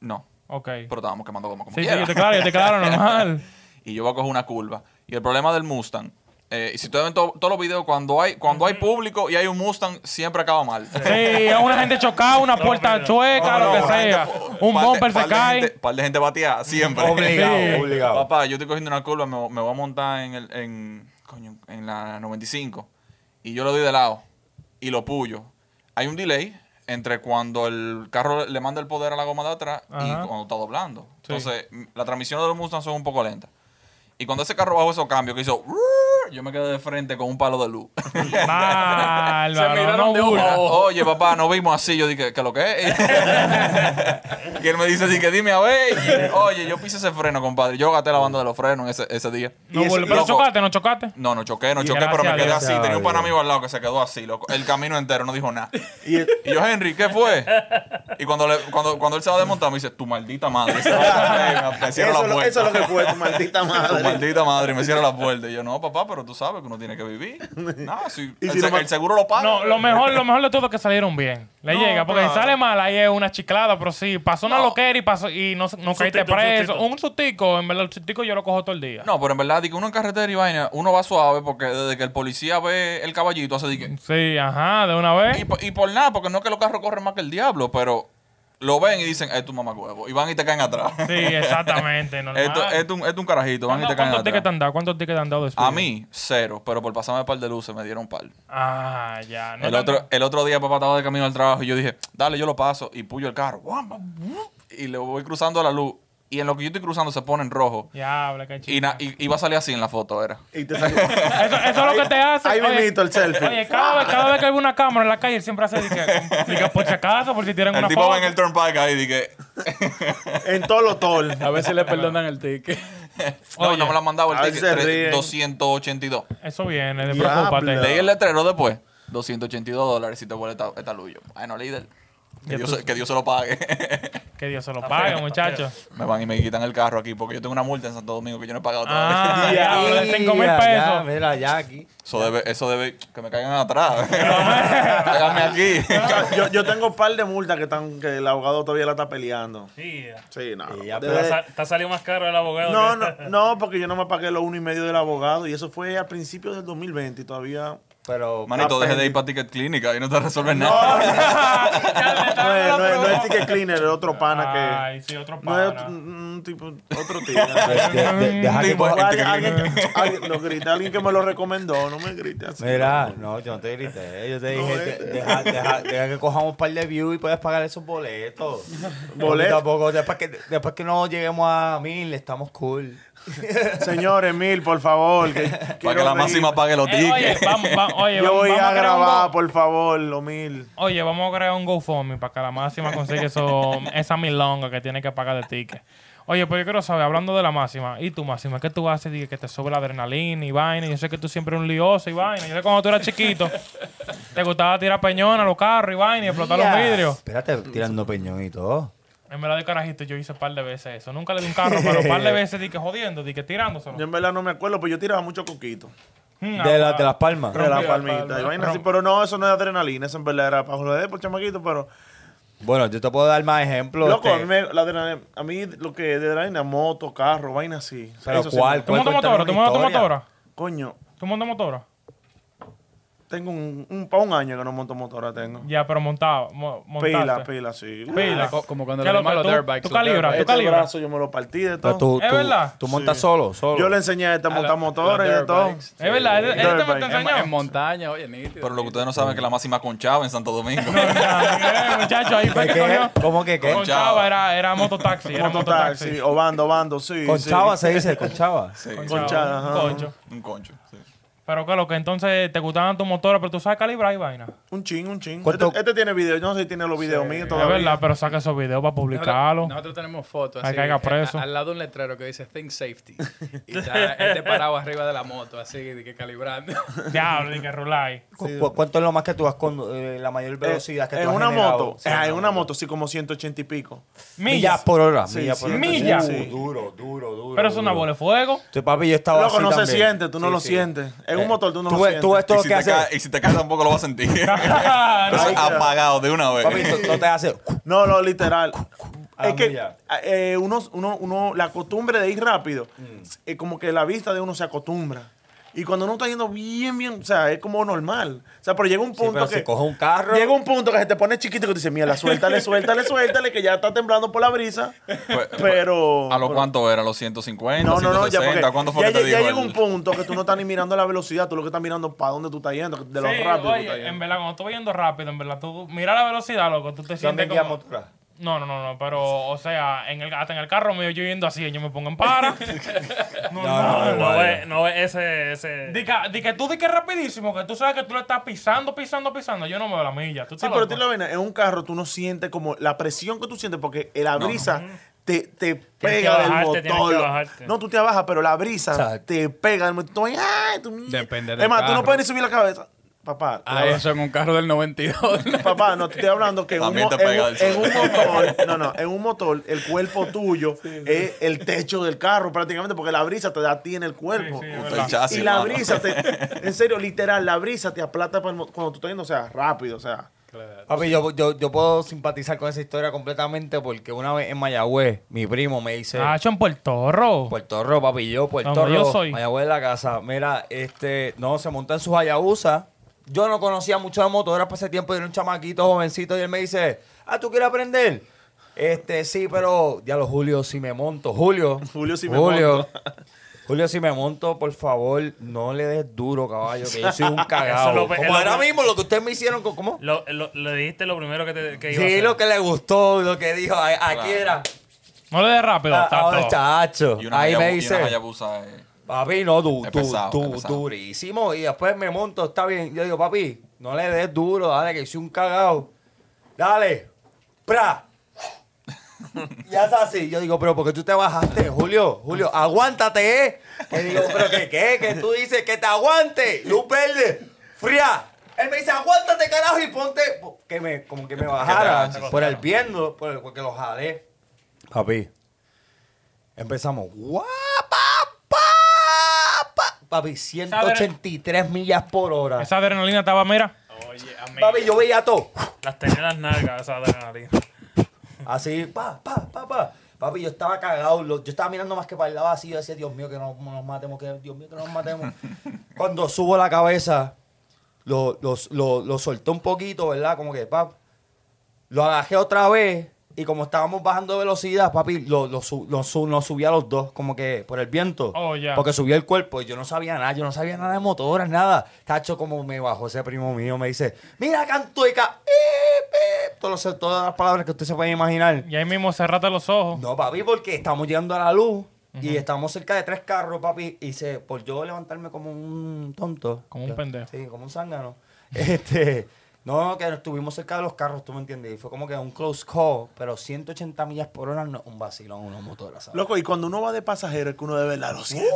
Speaker 6: No,
Speaker 3: Ok.
Speaker 6: pero estábamos quemando goma como
Speaker 3: Sí, sí,
Speaker 6: quiera.
Speaker 3: yo te claro, yo te claro, normal.
Speaker 6: y yo voy a coger una curva. Y el problema del Mustang, eh, y si ustedes ven to- todos los videos, cuando hay cuando hay público y hay un Mustang, siempre acaba mal.
Speaker 3: Sí, es una gente chocada, una puerta chueca, lo que sea. Un
Speaker 6: Par de-
Speaker 3: bumper
Speaker 6: par
Speaker 3: se
Speaker 6: de
Speaker 3: cae.
Speaker 6: gente- Par de gente bateada, siempre.
Speaker 1: Obligado,
Speaker 3: Sí.
Speaker 1: obligado.
Speaker 6: Papá, yo estoy cogiendo una curva, me, me voy a montar en, el, en, coño, en la 95 y yo le doy de lado y lo puyo. Hay un delay entre cuando el carro le manda el poder a la goma de atrás y
Speaker 3: Ajá.
Speaker 6: cuando está doblando.
Speaker 3: Sí.
Speaker 6: Entonces, m- la transmisión de los Mustang son un poco lentas. Y cuando ese carro bajó esos cambios que hizo, yo me quedé de frente con un palo de luz.
Speaker 3: Bárbaro, no
Speaker 2: miraron de ojo.
Speaker 3: burla.
Speaker 6: Oye, papá, nos vimos así. Yo dije, ¿qué lo que es? y él me dice, dije, dime a ver. Y, oye, yo pise ese freno, compadre. Yo gasté la banda de los frenos ese, ese día.
Speaker 3: No
Speaker 6: Y ese-
Speaker 3: burla. Pero
Speaker 6: loco,
Speaker 3: chocaste, no chocaste.
Speaker 6: No, no choqué, no
Speaker 3: Y
Speaker 6: choqué, pero
Speaker 3: gracias
Speaker 6: me
Speaker 3: a
Speaker 6: quedé
Speaker 3: Dios.
Speaker 6: así. Tenía un pan amigo al lado que se quedó así, loco. El camino entero, no dijo nada.
Speaker 5: Y el-
Speaker 6: Y yo, Henry, ¿qué fue? Y cuando, le- cuando, cuando él se va a desmontar, me dice, tu maldita madre. Se va a me, me
Speaker 5: eso,
Speaker 6: cierra la
Speaker 5: es lo-
Speaker 6: puerta.
Speaker 5: eso es lo que fue, tu maldita
Speaker 6: Tu
Speaker 5: madre.
Speaker 6: maldita madre, me cierra la puerta. Y yo, no, papá, pero tú sabes que uno tiene que vivir. No, si,
Speaker 5: ¿Y
Speaker 6: el,
Speaker 5: si
Speaker 6: se-
Speaker 5: lo ma-
Speaker 6: el seguro lo paga.
Speaker 3: No, lo mejor, lo mejor de todo es que salieron bien. Le llega, porque si sale mal, ahí es una chiclada, pero sí, pasó una
Speaker 6: No.
Speaker 3: loquera y pasó, y no, no caíste
Speaker 4: sustico, un
Speaker 3: preso.
Speaker 4: sustico.
Speaker 3: Un sustico, en verdad, el sustico yo lo cojo todo el día.
Speaker 6: No, pero en verdad, di que uno en carretera y vaina, uno va suave porque desde que el policía ve el caballito, hace di que.
Speaker 3: Sí, ajá, de una vez.
Speaker 6: Y, po- y por nada, porque no es que los carros corren más que el diablo, pero lo ven y dicen, es tu mamá huevo. Y van y te caen atrás.
Speaker 3: Sí, exactamente, normal.
Speaker 6: Esto, esto un- esto un carajito, van y
Speaker 3: ¿Cuántos-
Speaker 6: te caen
Speaker 3: ¿Cuántos tickets te
Speaker 6: atrás.
Speaker 3: han dado? ¿Cuántos tickets te han dado después?
Speaker 6: A mí, cero, pero por pasarme par de luces me dieron par.
Speaker 3: Ah, ya. No
Speaker 6: El
Speaker 3: te-
Speaker 6: otro, el otro día papá estaba de camino al trabajo y yo dije, dale, yo lo paso y puyo el carro. Y le voy cruzando la luz. Y en lo que yo estoy cruzando se pone en rojo.
Speaker 3: Diablo, qué chido.
Speaker 6: Y, na- y- y va a salir así en la foto, era.
Speaker 5: Y te sacó.
Speaker 3: Eso, eso es lo que te hace.
Speaker 5: Ahí
Speaker 3: oye,
Speaker 5: mismito el selfie.
Speaker 3: Oye, cada vez, cada vez que hay una cámara en la calle, él siempre hace de que, de que por si acaso, por si tienen
Speaker 6: El
Speaker 3: una
Speaker 6: tipo
Speaker 3: foto.
Speaker 6: va en el turnpike ahí y dije,
Speaker 5: En todos los tol.
Speaker 2: A ver si le perdonan el ticket.
Speaker 6: no,
Speaker 3: Oye.
Speaker 6: no me lo han mandado el
Speaker 5: A ver si
Speaker 6: ticket.
Speaker 5: se
Speaker 6: tres-
Speaker 5: ríen.
Speaker 6: 282.
Speaker 3: Eso viene,
Speaker 5: Diablo.
Speaker 3: preocúpate.
Speaker 6: Leí el letrero después. 282 dólares si te vuelve esta, esta luz. Yo, Bueno, líder. Que
Speaker 3: Ya
Speaker 6: Dios,
Speaker 3: tú-
Speaker 6: se- que Dios se lo pague.
Speaker 3: Que Dios se lo pague, muchachos.
Speaker 6: me van y me quitan el carro aquí porque yo tengo una multa en Santo Domingo que yo no he pagado todavía.
Speaker 3: Ah, diablo, de 5 mil
Speaker 1: Ya, ya,
Speaker 3: pesos.
Speaker 1: Mira, ya aquí.
Speaker 6: Eso debe, eso debe que me caigan atrás. Háganme aquí.
Speaker 5: Yo, yo tengo un par de multas que están que el abogado todavía la está peleando.
Speaker 4: Sí, ya.
Speaker 5: Sí, no.
Speaker 1: Y ya,
Speaker 5: De-
Speaker 4: ¿Te ha sal- te ha salido más caro el abogado?
Speaker 5: no,
Speaker 4: que-
Speaker 5: no, no, porque yo no me pagué los uno y medio del abogado y eso fue a principios del 2020 y todavía.
Speaker 1: Pero.
Speaker 6: Manito, deje de ir para Ticket Clínica y no te resuelven nada.
Speaker 5: No es, no es- no es Ticket Cleaner, es otro pana que.
Speaker 3: Ay, sí, otro
Speaker 5: no es otro,
Speaker 3: pana.
Speaker 5: un tipo, otro tío.
Speaker 1: de- de- de- deja que
Speaker 6: Tipo,
Speaker 1: coja-
Speaker 5: alguien, alguien, que- alguien- no grite, alguien que me lo recomendó, no me grite así.
Speaker 1: Mira, no, yo no te grité. Yo te dije,
Speaker 5: este.
Speaker 1: de- deja, deja- deja que cojamos un par de views y puedes pagar esos boletos.
Speaker 5: Boletos.
Speaker 1: Poquito a poco, después que, después que no lleguemos a mil, estamos cool.
Speaker 5: Señores, Mil, por favor. Que,
Speaker 6: Para
Speaker 5: quiero
Speaker 6: que la
Speaker 5: reír.
Speaker 6: máxima pague los
Speaker 3: Eh, oye,
Speaker 6: tickets.
Speaker 3: vamos, va- oye,
Speaker 5: Yo voy
Speaker 3: vamos
Speaker 5: a
Speaker 3: crear un
Speaker 5: grabar,
Speaker 3: go-
Speaker 5: por favor, los Mil.
Speaker 3: Oye, vamos a crear un GoFundMe para que la máxima consiga eso, esa milonga que tiene que pagar de ticket. Oye, pero yo quiero saber, hablando de la máxima, ¿y tú, máxima? ¿Qué tú haces? Dije que te sube la adrenalina y vaina. Yo sé que tú siempre eres un lioso y vaina. Yo sé cuando tú eras chiquito, te gustaba tirar peñón a los carros y vaina y explotar los
Speaker 1: Ya.
Speaker 3: vidrios.
Speaker 1: Espérate, tirando peñón y todo.
Speaker 3: En verdad, de carajito, yo hice un par de veces eso. Nunca le di un carro, pero un par de veces dije jodiendo, dije tirándoselo.
Speaker 5: Yo en verdad no me acuerdo, pero yo tiraba mucho coquito.
Speaker 3: Mm,
Speaker 1: De, la-
Speaker 3: ah,
Speaker 1: de las palmas.
Speaker 5: De la
Speaker 2: la
Speaker 5: palmita
Speaker 2: palma.
Speaker 5: y vaina así, pero no, eso no es adrenalina, eso en verdad era para joder por chamaquito, pero
Speaker 1: Bueno, yo te puedo dar más ejemplos.
Speaker 5: loco, a
Speaker 1: este,
Speaker 5: mí, me- la adrenalina, a mí lo que es de adrenalina, moto, carro, vaina así. O sea,
Speaker 1: Pero
Speaker 5: eso sí
Speaker 1: ¿cuál?
Speaker 5: me-
Speaker 3: ¿Tú montas
Speaker 1: Cuéntame
Speaker 3: motora?
Speaker 1: una
Speaker 3: ¿Tú montas
Speaker 1: historia.
Speaker 3: motora?
Speaker 5: Coño,
Speaker 3: ¿Tú montas motora?
Speaker 5: tengo un, un, pa' un año que no monto motora, tengo.
Speaker 3: Ya, pero montaba. mo- montaste.
Speaker 5: Pila, pila, sí.
Speaker 3: Pila.
Speaker 2: Co- como cuando
Speaker 3: ¿Qué
Speaker 2: le
Speaker 3: loco,
Speaker 2: llaman los
Speaker 3: tú-
Speaker 2: dirt bikes,
Speaker 3: Tú
Speaker 2: los dirt
Speaker 3: calibras,
Speaker 2: bikes.
Speaker 3: tú
Speaker 5: Este
Speaker 3: calibras.
Speaker 5: brazo yo me lo partí de
Speaker 1: pero
Speaker 5: todo.
Speaker 1: tú,
Speaker 3: ¿Es
Speaker 1: tú-
Speaker 3: verdad?
Speaker 1: tú montas solo, solo.
Speaker 5: Yo le enseñé a este a montar
Speaker 2: la-
Speaker 5: motores
Speaker 2: los
Speaker 5: y de
Speaker 2: dirt
Speaker 5: todo.
Speaker 2: bikes.
Speaker 3: Es verdad, él- él
Speaker 5: Dirt
Speaker 3: te-
Speaker 5: bike.
Speaker 3: te
Speaker 5: En-
Speaker 2: En,
Speaker 3: enseñó.
Speaker 2: en montaña, oye, nítido.
Speaker 6: Pero lo que ustedes no saben es que la máxima conchaba en Santo Domingo.
Speaker 3: Eh, Muchacho, ahí fue
Speaker 1: ¿Qué,
Speaker 3: que
Speaker 1: qué?
Speaker 3: cogió.
Speaker 1: ¿Cómo que qué?
Speaker 3: Con
Speaker 6: Chava.
Speaker 3: Chava era, era mototaxi. Era mototaxi.
Speaker 5: Mototaxi, obando, obando, sí.
Speaker 1: Con
Speaker 5: sí.
Speaker 1: chava se dice, con chava.
Speaker 6: Sí,
Speaker 5: Con chava, ajá.
Speaker 3: Concho.
Speaker 6: un concho. sí.
Speaker 3: Pero que lo que entonces te gustaban tus motoras, pero tú sabes calibrar y vaina.
Speaker 5: Un chin, un chin.
Speaker 1: ¿Cuánto-
Speaker 5: Este, este tiene video, yo no sé si tiene los videos míos
Speaker 3: Es
Speaker 5: todavía.
Speaker 3: verdad, pero saca esos videos para publicarlo.
Speaker 2: Nosotros, nosotros tenemos fotos
Speaker 3: Ay,
Speaker 2: así,
Speaker 3: caiga
Speaker 2: eh,
Speaker 3: preso.
Speaker 2: a- al lado de un letrero que dice Think Safety. Y está este parado arriba de la moto, así de que calibrando.
Speaker 3: Diablo, y que rulay.
Speaker 1: ¿Cu- cu- ¿Cuánto es lo más que tú vas con eh, la mayor velocidad que tú
Speaker 5: en
Speaker 1: has
Speaker 5: una
Speaker 1: generado?
Speaker 5: moto,
Speaker 1: Sí,
Speaker 5: ah, en una moto, sí, como 180 y pico.
Speaker 1: Millas por hora. Millas
Speaker 5: sí,
Speaker 1: por hora.
Speaker 3: millas.
Speaker 1: Uh, Duro, duro, duro.
Speaker 3: Pero eso es una bola de fuego.
Speaker 1: Ah, Sí, papi, yo estaba
Speaker 5: Loco,
Speaker 1: así
Speaker 5: no se
Speaker 1: también.
Speaker 5: siente, tú no
Speaker 1: Sí,
Speaker 5: lo
Speaker 1: sí. Eh,
Speaker 5: sientes. Es un motor, tú no
Speaker 1: Tú
Speaker 5: lo
Speaker 1: ves,
Speaker 5: sientes.
Speaker 1: tú ves todo
Speaker 6: Y
Speaker 1: lo
Speaker 6: si,
Speaker 1: que
Speaker 6: te
Speaker 1: hace.
Speaker 6: cae, y si te cae tampoco lo vas a sentir. Entonces, apagado de una vez.
Speaker 1: Papi, no- no te hace.
Speaker 5: No, no, literal.
Speaker 1: Ah,
Speaker 5: Es que
Speaker 1: mira.
Speaker 5: eh, uno, uno, uno, la costumbre de ir rápido,
Speaker 1: Mm.
Speaker 5: eh, como que la vista de uno se acostumbra. Y cuando uno está yendo bien, bien, o sea, es como normal. O sea, pero llega un punto
Speaker 1: pero
Speaker 5: que...
Speaker 1: si coge un carro-
Speaker 5: Llega un punto que se te pone chiquito que te dice, mierda, suéltale, suéltale, suéltale, que ya está temblando por la brisa.
Speaker 6: Pues-
Speaker 5: pero...
Speaker 6: ¿A lo
Speaker 5: pero-
Speaker 6: cuánto era? ¿A los 150?
Speaker 5: No, no, no, ya
Speaker 6: 160?
Speaker 5: porque
Speaker 6: ¿Cuándo fue
Speaker 5: ya,
Speaker 6: que te
Speaker 5: lle- ya
Speaker 6: dijo?
Speaker 5: llega
Speaker 6: el-
Speaker 5: un punto que tú no estás ni mirando la velocidad, tú lo que estás mirando para dónde tú estás yendo, de lo
Speaker 3: Sí,
Speaker 5: rápido que
Speaker 3: oye,
Speaker 5: tú estás
Speaker 3: en
Speaker 5: yendo.
Speaker 3: verdad, cuando tú vas yendo rápido, en verdad, tú mira la velocidad, loco, tú te
Speaker 1: ¿Dónde
Speaker 3: sientes
Speaker 1: guía
Speaker 3: como...
Speaker 1: motora?
Speaker 3: No, no, no, no, pero, o sea, en el, hasta en el carro mío yo yendo así, yo me pongo en para. no, no,
Speaker 4: este. No, no ve, no ve ese, ese.
Speaker 3: Di que, di que tú di que rapidísimo, que tú sabes que tú lo estás pisando, pisando, pisando. Yo no me veo la milla. ¿Tú
Speaker 5: Sí,
Speaker 3: estás
Speaker 5: pero
Speaker 3: loco?
Speaker 5: tú la vaina, en un carro tú no sientes como la presión que tú sientes porque la brisa te, te
Speaker 4: que
Speaker 5: pega del
Speaker 4: bajarte, tienes
Speaker 5: motor.
Speaker 4: que bajarte.
Speaker 5: No, tú te bajas, pero la brisa
Speaker 1: Exacto.
Speaker 5: te pega del motor. Ay, tú-
Speaker 2: Depende del
Speaker 5: Es más, tú no
Speaker 2: carro.
Speaker 5: puedes ni subir la cabeza. Papá, te
Speaker 2: Ah,
Speaker 5: hablo-
Speaker 2: eso en un carro del 92.
Speaker 5: papá, no te estoy hablando que en un,
Speaker 6: También
Speaker 5: mo-
Speaker 6: te
Speaker 5: en,
Speaker 6: pega
Speaker 5: un-
Speaker 6: del
Speaker 5: en un motor, no, no, en un motor, el cuerpo tuyo es el techo del carro prácticamente porque la brisa te da a ti en el cuerpo.
Speaker 3: Sí, sí, es
Speaker 6: Puta,
Speaker 3: verdad.
Speaker 6: el chasis,
Speaker 5: y la
Speaker 6: mano.
Speaker 5: brisa te, en serio, literal, la brisa te aplata para el mo- cuando tú estás yendo, o sea, rápido, o sea.
Speaker 1: Papi, yo, yo, yo puedo simpatizar con esa historia completamente porque una vez en Mayagüez, mi primo me dice...
Speaker 3: Nacho, en Puerto Rico.
Speaker 5: Pues-
Speaker 1: Puerto Rico, papi, yo, Puerto
Speaker 3: Como yo
Speaker 1: Rico,
Speaker 3: soy.
Speaker 1: Mayagüez de la casa. Mira, este, no, se montó en su Hayabusa. Yo no conocía mucho de motoras para ese tiempo, yo era un chamaquito jovencito y él me dice, ah, ¿tú quieres aprender? Este, sí, pero, ya lo Julio, si me monto. Julio.
Speaker 5: Julio, si me
Speaker 1: monto. Julio, si me monto, por favor, no le des duro, caballo, que yo soy un
Speaker 4: Eso
Speaker 1: cagado.
Speaker 4: lo pe-
Speaker 1: Como
Speaker 4: lo-
Speaker 1: ahora mismo, lo que ustedes me hicieron, con- ¿cómo?
Speaker 4: Lo, lo- le dijiste lo primero que, te, que iba a
Speaker 1: Sí,
Speaker 4: hacer.
Speaker 1: lo que le gustó, lo que dijo, a- aquí era.
Speaker 3: No le des rápido,
Speaker 1: ah,
Speaker 3: está
Speaker 1: ahora
Speaker 3: todo.
Speaker 1: está hacho.
Speaker 6: Y una
Speaker 1: Ahí me
Speaker 6: Hayabu- y
Speaker 1: dice.
Speaker 6: una Hayabusa. eh.
Speaker 1: Papi, no, du,
Speaker 6: Es
Speaker 1: du-
Speaker 6: pesado,
Speaker 1: du-
Speaker 6: es pesado.
Speaker 1: durísimo. Y después me monto, está bien. Yo digo, papi, no le des duro, dale, que hice un cagao. Dale, pra. ya es así. Yo digo, pero ¿por qué tú te bajaste, Julio? Julio, aguántate, ¿eh? Que digo, ¿pero qué qué? Que tú dices que te aguante, luz verde, fría. Él me dice, aguántate, carajo, y ponte. Que me, como que me bajara
Speaker 6: agaches.
Speaker 1: por el viendo, por el, porque lo jalé. Papi. Empezamos. guapa, pa, pa. Papi, 183 millas por hora.
Speaker 3: Esa adrenalina estaba, mira.
Speaker 4: Oye, a mí
Speaker 1: Papi, yo veía todo.
Speaker 4: las tenía en las nalgas, esa adrenalina.
Speaker 1: Así, pa, pa, pa, pa. Papi, yo estaba cagado. lo- Yo estaba mirando más que para el lado así. Yo decía, Dios mío, que no nos matemos, que Dios mío, que no nos matemos. Cuando subo la cabeza, lo, lo, lo, lo solté un poquito, ¿verdad? Como que, pap. Lo agajé otra vez. Y como estábamos bajando de velocidad, papi, lo, lo, su- lo su- nos subí a los dos, como que por el viento.
Speaker 3: Oh, ya.
Speaker 1: Porque subió el cuerpo y yo no sabía nada, yo no sabía nada de motoras, nada. Tacho, como me bajó ese primo mío, me dice, mira, cantueca, ip, ip", todos los- todas las palabras que usted se puede imaginar.
Speaker 3: Y ahí mismo cerrate los ojos.
Speaker 1: No, papi, porque estamos llegando a la luz y estamos cerca de tres carros, papi. Y se, por yo levantarme como un tonto.
Speaker 3: Como un
Speaker 1: yo-
Speaker 3: pendejo.
Speaker 1: Sí, como un zángano. Este, no, que estuvimos cerca de los carros, tú me entiendes. Y fue como que un close call, pero 180 millas por hora, no, un vacilón, una motora, ¿sabes?
Speaker 5: Loco, y cuando uno va de pasajero es que uno de verdad lo siente.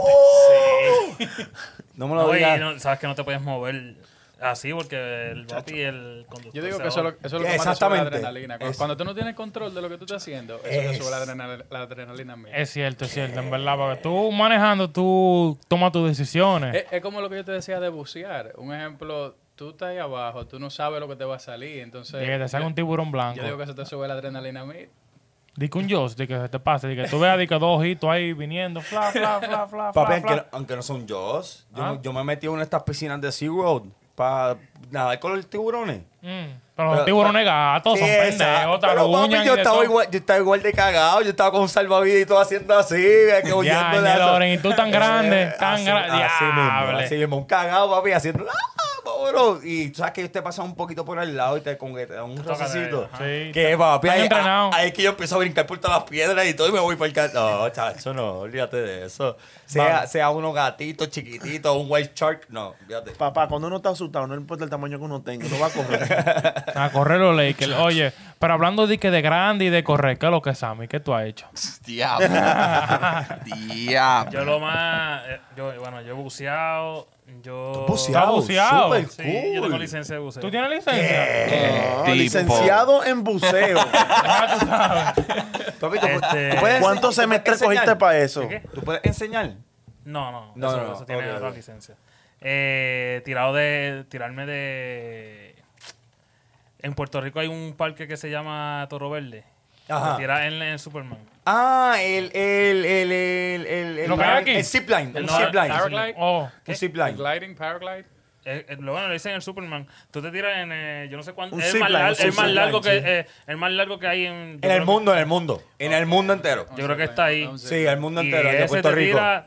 Speaker 1: No me lo
Speaker 4: No, y
Speaker 1: digas.
Speaker 4: no- sabes que no te puedes mover así porque el papi y el conductor.
Speaker 2: Yo digo
Speaker 4: se
Speaker 2: que eso es lo,
Speaker 4: ahogan.
Speaker 2: eso es lo que más te sube la
Speaker 1: Exactamente.
Speaker 2: adrenalina. Cuando,
Speaker 1: Eso.
Speaker 2: cuando tú no tienes control de lo que tú estás haciendo, eso te sube la adrenalina, la adrenalina a mí.
Speaker 3: Es cierto, es cierto, en verdad. Porque tú manejando, tú tomas tus decisiones.
Speaker 2: Es, es como lo que yo te decía de bucear. Un ejemplo, tú estás ahí abajo, tú no sabes lo que te va a salir, entonces...
Speaker 3: Di que te salga un tiburón blanco.
Speaker 2: Yo digo que eso te sube la adrenalina a mí.
Speaker 3: Di que un Joss, di que se te pase. Di que tú veas di que dos ojitos ahí viniendo. Fla, fla, fla,
Speaker 1: Papi,
Speaker 3: fla, fla,
Speaker 1: aunque,
Speaker 3: fla.
Speaker 1: no- aunque no son yo, yo,
Speaker 3: Ah.
Speaker 1: me- yo me metí en una de estas piscinas de SeaWorld para nadar con los tiburones.
Speaker 3: Mm, Pero los
Speaker 1: Pero-
Speaker 3: tiburones gatos son
Speaker 1: Sí, exacto.
Speaker 3: pendejos,
Speaker 1: Pero, papi,
Speaker 3: taruñan y
Speaker 1: yo,
Speaker 3: de
Speaker 1: estaba
Speaker 3: todo.
Speaker 1: igual, yo estaba igual de cagado. Yo estaba con un salvavidas y todo haciendo así. eh, Que
Speaker 3: Ya,
Speaker 1: huyendo de
Speaker 3: ya,
Speaker 1: eso. Eh,
Speaker 3: Loren, y tú tan grande, tan
Speaker 1: así-
Speaker 3: grande.
Speaker 1: Así mismo,
Speaker 3: Diable.
Speaker 1: así mismo. Un cagado, papi, haciendo... ¡Ah, vámonos! Y tú sabes que te pasan un poquito por el lado y te, con, que te dan un
Speaker 4: toca de-
Speaker 1: rocecito.
Speaker 4: ajá.
Speaker 3: Sí.
Speaker 1: Que papi,
Speaker 3: Están
Speaker 1: ahí,
Speaker 3: entrenados.
Speaker 1: a- ahí es que yo empiezo a brincar por todas las piedras y todo y me voy para el car- No, chacho, no, olvídate de eso. Sea, sea uno gatito, chiquitito, un white shark, no, olvídate.
Speaker 5: Papá, cuando uno está asustado, no importa el tamaño que uno tenga, uno va a correr.
Speaker 3: A correr los Lakers. Oye, pero hablando de que de grande y de correr, ¿qué es lo que Sammy? ¿Qué tú has hecho?
Speaker 6: Diablo. Diablo.
Speaker 4: Yo lo más. eh, Yo, bueno, yo he buceado. Yo.
Speaker 3: Está buceado.
Speaker 1: Super
Speaker 4: Sí,
Speaker 1: cool.
Speaker 4: yo tengo licencia de buceo.
Speaker 3: ¿Tú tienes licencia?
Speaker 6: Eh, tipo.
Speaker 5: Ah, licenciado en buceo.
Speaker 1: Papi, ¿tú,
Speaker 4: Este,
Speaker 1: tú puedes
Speaker 5: ¿Cuántos
Speaker 1: enseñar- tú
Speaker 5: semestres
Speaker 1: puedes
Speaker 5: cogiste
Speaker 1: enseñar?
Speaker 5: para eso?
Speaker 4: ¿Qué?
Speaker 1: ¿Tú puedes enseñar?
Speaker 4: No, no,
Speaker 1: No,
Speaker 4: eso,
Speaker 1: no, no.
Speaker 4: eso tiene
Speaker 1: Ok,
Speaker 4: otra
Speaker 1: ok.
Speaker 4: licencia. Eh, tirado de. Tirarme de. En Puerto Rico hay un parque que se llama Toro Verde.
Speaker 1: Ajá.
Speaker 4: Te Tiras en, en Superman.
Speaker 1: Ah, el, el, el, el, el, el,
Speaker 3: ¿Lo que hay aquí?
Speaker 1: el zip line.
Speaker 4: El
Speaker 1: Un
Speaker 4: no-
Speaker 1: zip line.
Speaker 2: Paraglide.
Speaker 3: Oh.
Speaker 1: Un zip
Speaker 2: ¿El
Speaker 1: line.
Speaker 2: gliding, paraglide.
Speaker 4: Eh, eh, lo bueno, lo dicen en el Superman. Tú te tiras en. eh, yo no sé cuánto.
Speaker 5: Un
Speaker 4: Es
Speaker 5: zip
Speaker 4: el más,
Speaker 5: line,
Speaker 4: lar- el
Speaker 5: un zip
Speaker 4: más
Speaker 5: line,
Speaker 4: largo que,
Speaker 5: sí.
Speaker 4: eh, el más largo que hay en. yo
Speaker 1: En el
Speaker 4: creo que-
Speaker 1: mundo, en el mundo. En el mundo entero.
Speaker 4: Yo creo que está ahí.
Speaker 1: Sí, el mundo
Speaker 4: Y
Speaker 1: entero. el de
Speaker 4: ese
Speaker 1: Puerto
Speaker 4: te
Speaker 1: Rico.
Speaker 4: tira-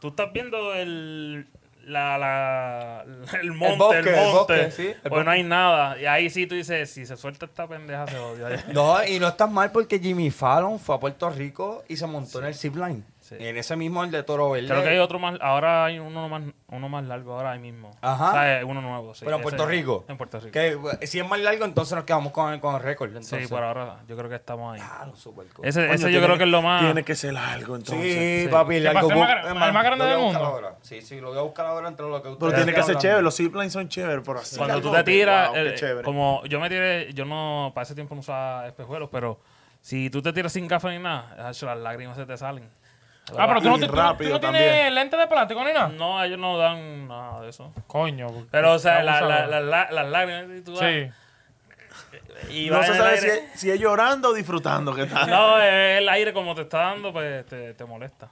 Speaker 4: tú estás viendo el, la, la- el monte, el,
Speaker 1: bosque, el
Speaker 4: monte.
Speaker 1: bosque, sí, el
Speaker 4: pues no hay nada. Y ahí sí tú dices, si se suelta esta pendeja, se odia.
Speaker 1: No, y no estás mal porque Jimmy Fallon fue a Puerto Rico y se montó en el zip line.
Speaker 4: Sí.
Speaker 1: En ese mismo, el de Toro Verde.
Speaker 4: Creo que hay otro más, ahora hay uno más, uno más largo, ahora ahí mismo.
Speaker 1: Ajá.
Speaker 4: O sea, eh, uno nuevo, sí.
Speaker 1: Pero en
Speaker 4: Ese-
Speaker 1: Puerto Rico.
Speaker 4: En Puerto Rico.
Speaker 1: Que, eh, si es más largo, entonces nos quedamos con, el- con el récord.
Speaker 4: Sí,
Speaker 1: entonces.
Speaker 4: por ahora yo creo que estamos ahí.
Speaker 1: Claro, súper cool.
Speaker 4: Ese,
Speaker 5: Coño,
Speaker 4: ese yo
Speaker 5: tiene
Speaker 4: creo que es lo más...
Speaker 5: Tiene que ser algo, entonces.
Speaker 1: Sí, papi, el
Speaker 3: ¿Qué
Speaker 1: largo
Speaker 3: pasa, el más
Speaker 1: bu-
Speaker 3: gran-
Speaker 1: es
Speaker 3: el más grande
Speaker 1: lo voy a
Speaker 3: del
Speaker 1: buscar
Speaker 3: mundo?
Speaker 1: ahora. Sí, sí, lo voy a buscar ahora entre lo que ustedes
Speaker 5: Pero tiene que
Speaker 1: están
Speaker 5: ser
Speaker 1: hablando.
Speaker 5: chévere. Los zip lines son chéveres, pero así.
Speaker 4: Cuando tú
Speaker 5: algo,
Speaker 4: te tiras,
Speaker 5: wow, qué
Speaker 4: el-
Speaker 5: chévere.
Speaker 4: como yo me tiré, yo no, para ese tiempo no usaba espejuelos, pero si tú te tiras sin café ni nada, hacho, las lágrimas se te salen.
Speaker 3: Ah, pero tú no,
Speaker 5: Y
Speaker 3: te- tú-
Speaker 5: rápido
Speaker 3: tú no tienes
Speaker 5: también.
Speaker 3: lente de plástico ni nada.
Speaker 4: No, ellos no dan nada de eso.
Speaker 3: Coño.
Speaker 4: Pero, o sea, la-
Speaker 3: abusador.
Speaker 4: la- la- la- las lágrimas. y tú vas-
Speaker 3: Sí.
Speaker 4: y
Speaker 5: no
Speaker 4: vas
Speaker 5: se
Speaker 4: en el
Speaker 5: sabe si
Speaker 4: aire.
Speaker 5: es, si es llorando o disfrutando. ¿qué tal?
Speaker 4: No, eh, el aire como te está dando, pues te, te molesta.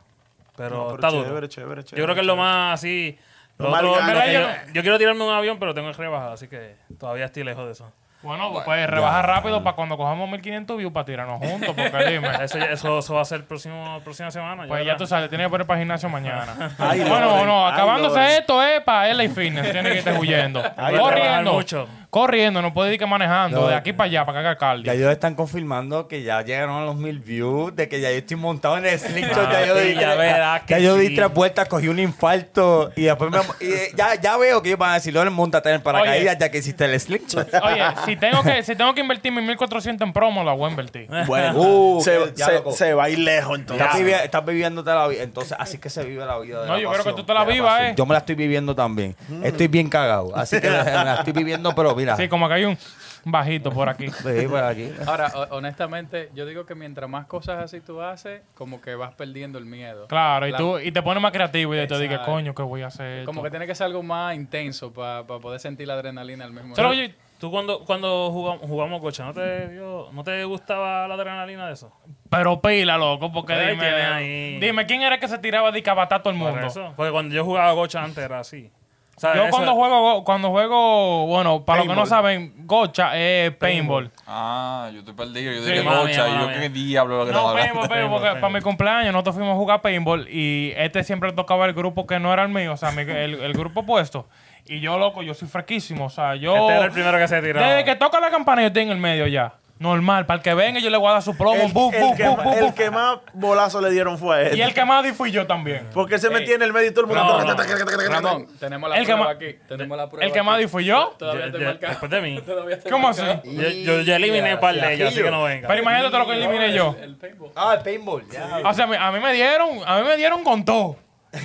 Speaker 4: Pero,
Speaker 5: No,
Speaker 4: está duro.
Speaker 5: chévere, chévere,
Speaker 4: yo creo que es lo más así.
Speaker 5: Lo
Speaker 4: lo
Speaker 5: más
Speaker 4: otro-
Speaker 5: legal.
Speaker 4: lo que yo,
Speaker 3: Mira,
Speaker 4: yo quiero tirarme un avión, pero tengo el rebajado, así que todavía estoy lejos de eso.
Speaker 3: Bueno, pues rebaja rápido para cuando cojamos 1500 views para tirarnos juntos, porque dime.
Speaker 4: Eso, ya- eso, eso va a ser próximo, próxima semana.
Speaker 3: Pues ya tú sabes, tienes que poner para gimnasio mañana.
Speaker 5: Ay,
Speaker 3: bueno,
Speaker 5: Loren,
Speaker 3: no,
Speaker 5: ay,
Speaker 3: acabándose
Speaker 5: Loren.
Speaker 3: esto eh, es para LA Fitness. Tienes que irte huyendo.
Speaker 4: Hay que
Speaker 3: corriendo.
Speaker 4: trabajar mucho.
Speaker 3: Corriendo, no puedes ir que manejando
Speaker 1: No.
Speaker 3: de aquí para allá, para acá
Speaker 1: Ya
Speaker 3: alcalde.
Speaker 1: ellos están confirmando que ya llegaron a los mil views, de que ya yo estoy montado en el slingshot, ya yo di,
Speaker 4: Papi, ya
Speaker 1: tres-
Speaker 4: verás
Speaker 1: ya
Speaker 4: que
Speaker 1: yo di
Speaker 4: sí.
Speaker 1: tres vueltas, cogí un infarto y después me, y, eh, ya, ya veo que ellos van a decir, Loren, montate en el paracaídas ya que hiciste el slingshot.
Speaker 3: Oye, si tengo que, si tengo que invertir mis 1400 en promo, la voy a invertir.
Speaker 5: Bueno,
Speaker 1: Uh,
Speaker 5: se,
Speaker 1: qué- ya,
Speaker 5: se-
Speaker 1: loco.
Speaker 5: se va a ir lejos, entonces.
Speaker 1: Estás, vivi- estás viviéndote la vida. Entonces, así que se vive la vida. De
Speaker 3: No,
Speaker 1: la
Speaker 3: yo creo
Speaker 1: pasión,
Speaker 3: que tú te la
Speaker 1: de
Speaker 3: vivas,
Speaker 1: pasión.
Speaker 3: eh. Mm.
Speaker 1: Yo me la estoy viviendo también. Estoy bien cagado. Así que me la estoy viviendo, pero mira.
Speaker 3: Sí, como que hay un bajito por aquí.
Speaker 1: Sí, por aquí.
Speaker 2: Ahora, ho- honestamente, yo digo que mientras más cosas así tú haces, como que vas perdiendo el miedo.
Speaker 3: Claro, y
Speaker 2: La-
Speaker 3: tú y te pones más creativo y te dices,
Speaker 2: Exacto.
Speaker 3: coño, ¿qué voy a hacer?
Speaker 2: Como que
Speaker 3: esto?
Speaker 2: tiene que ser algo más intenso para poder sentir la adrenalina al mismo
Speaker 3: Pero,
Speaker 2: tiempo.
Speaker 3: oye,
Speaker 4: Tú cuando, cuando jugamos, jugamos coche, ¿no te, dio- ¿no te gustaba la adrenalina de eso?
Speaker 3: pero pila, loco, porque
Speaker 4: Ahí
Speaker 3: dime,
Speaker 4: tiene ahí.
Speaker 3: dime, ¿quién era que se tiraba de cabatá todo el
Speaker 4: Por
Speaker 3: mundo?
Speaker 4: eso. Porque cuando yo jugaba gocha antes era así. O sea,
Speaker 3: Yo
Speaker 4: eso-
Speaker 3: cuando juego, cuando juego, bueno, para los que no
Speaker 5: Paintball.
Speaker 3: saben, gocha es paintball.
Speaker 6: Ah, yo estoy perdido. Yo
Speaker 4: Sí,
Speaker 6: dije
Speaker 4: mala
Speaker 6: mocha.
Speaker 4: mía,
Speaker 6: Y yo
Speaker 4: mala
Speaker 6: qué
Speaker 4: mía.
Speaker 6: diablo lo que
Speaker 3: No,
Speaker 6: estaba hablando.
Speaker 3: paintball, paintball, porque para mi cumpleaños nosotros fuimos a jugar paintball y este siempre tocaba el grupo que no era el mío, o sea, mi- el, el grupo opuesto. Y yo, loco, yo soy fresquísimo, o sea, yo...
Speaker 4: Este era el primero que se tiraba.
Speaker 3: Desde Oh, que toca la campana yo estoy en el medio ya. Normal, para el que venga yo le voy a dar su plomo.
Speaker 5: El,
Speaker 3: buf,
Speaker 5: el
Speaker 3: buf,
Speaker 5: que,
Speaker 3: buf, buf,
Speaker 5: el
Speaker 3: buf.
Speaker 5: que más bolazo le dieron fue a él.
Speaker 3: Y el que más di fui yo también.
Speaker 5: Porque él se metía en el medio y todo el mundo.
Speaker 4: No,
Speaker 2: Ramón, tenemos la
Speaker 3: El que
Speaker 2: prueba
Speaker 3: ma-
Speaker 2: aquí. Tenemos la prueba
Speaker 3: El que más
Speaker 2: aquí.
Speaker 3: di fui yo.
Speaker 2: Todavía
Speaker 4: Ya-
Speaker 2: estoy
Speaker 4: ya-
Speaker 2: marcado.
Speaker 4: después de mí.
Speaker 2: Todavía estoy
Speaker 3: ¿Cómo así?
Speaker 2: marcado.
Speaker 4: Yo, yo, yo eliminé un par de ellos, así que no venga.
Speaker 3: Pero imagínate lo que eliminé yo.
Speaker 2: El paintball.
Speaker 1: Ah, el paintball. Ya.
Speaker 3: O sea, a mí, a mí me dieron, a mí me dieron con todo.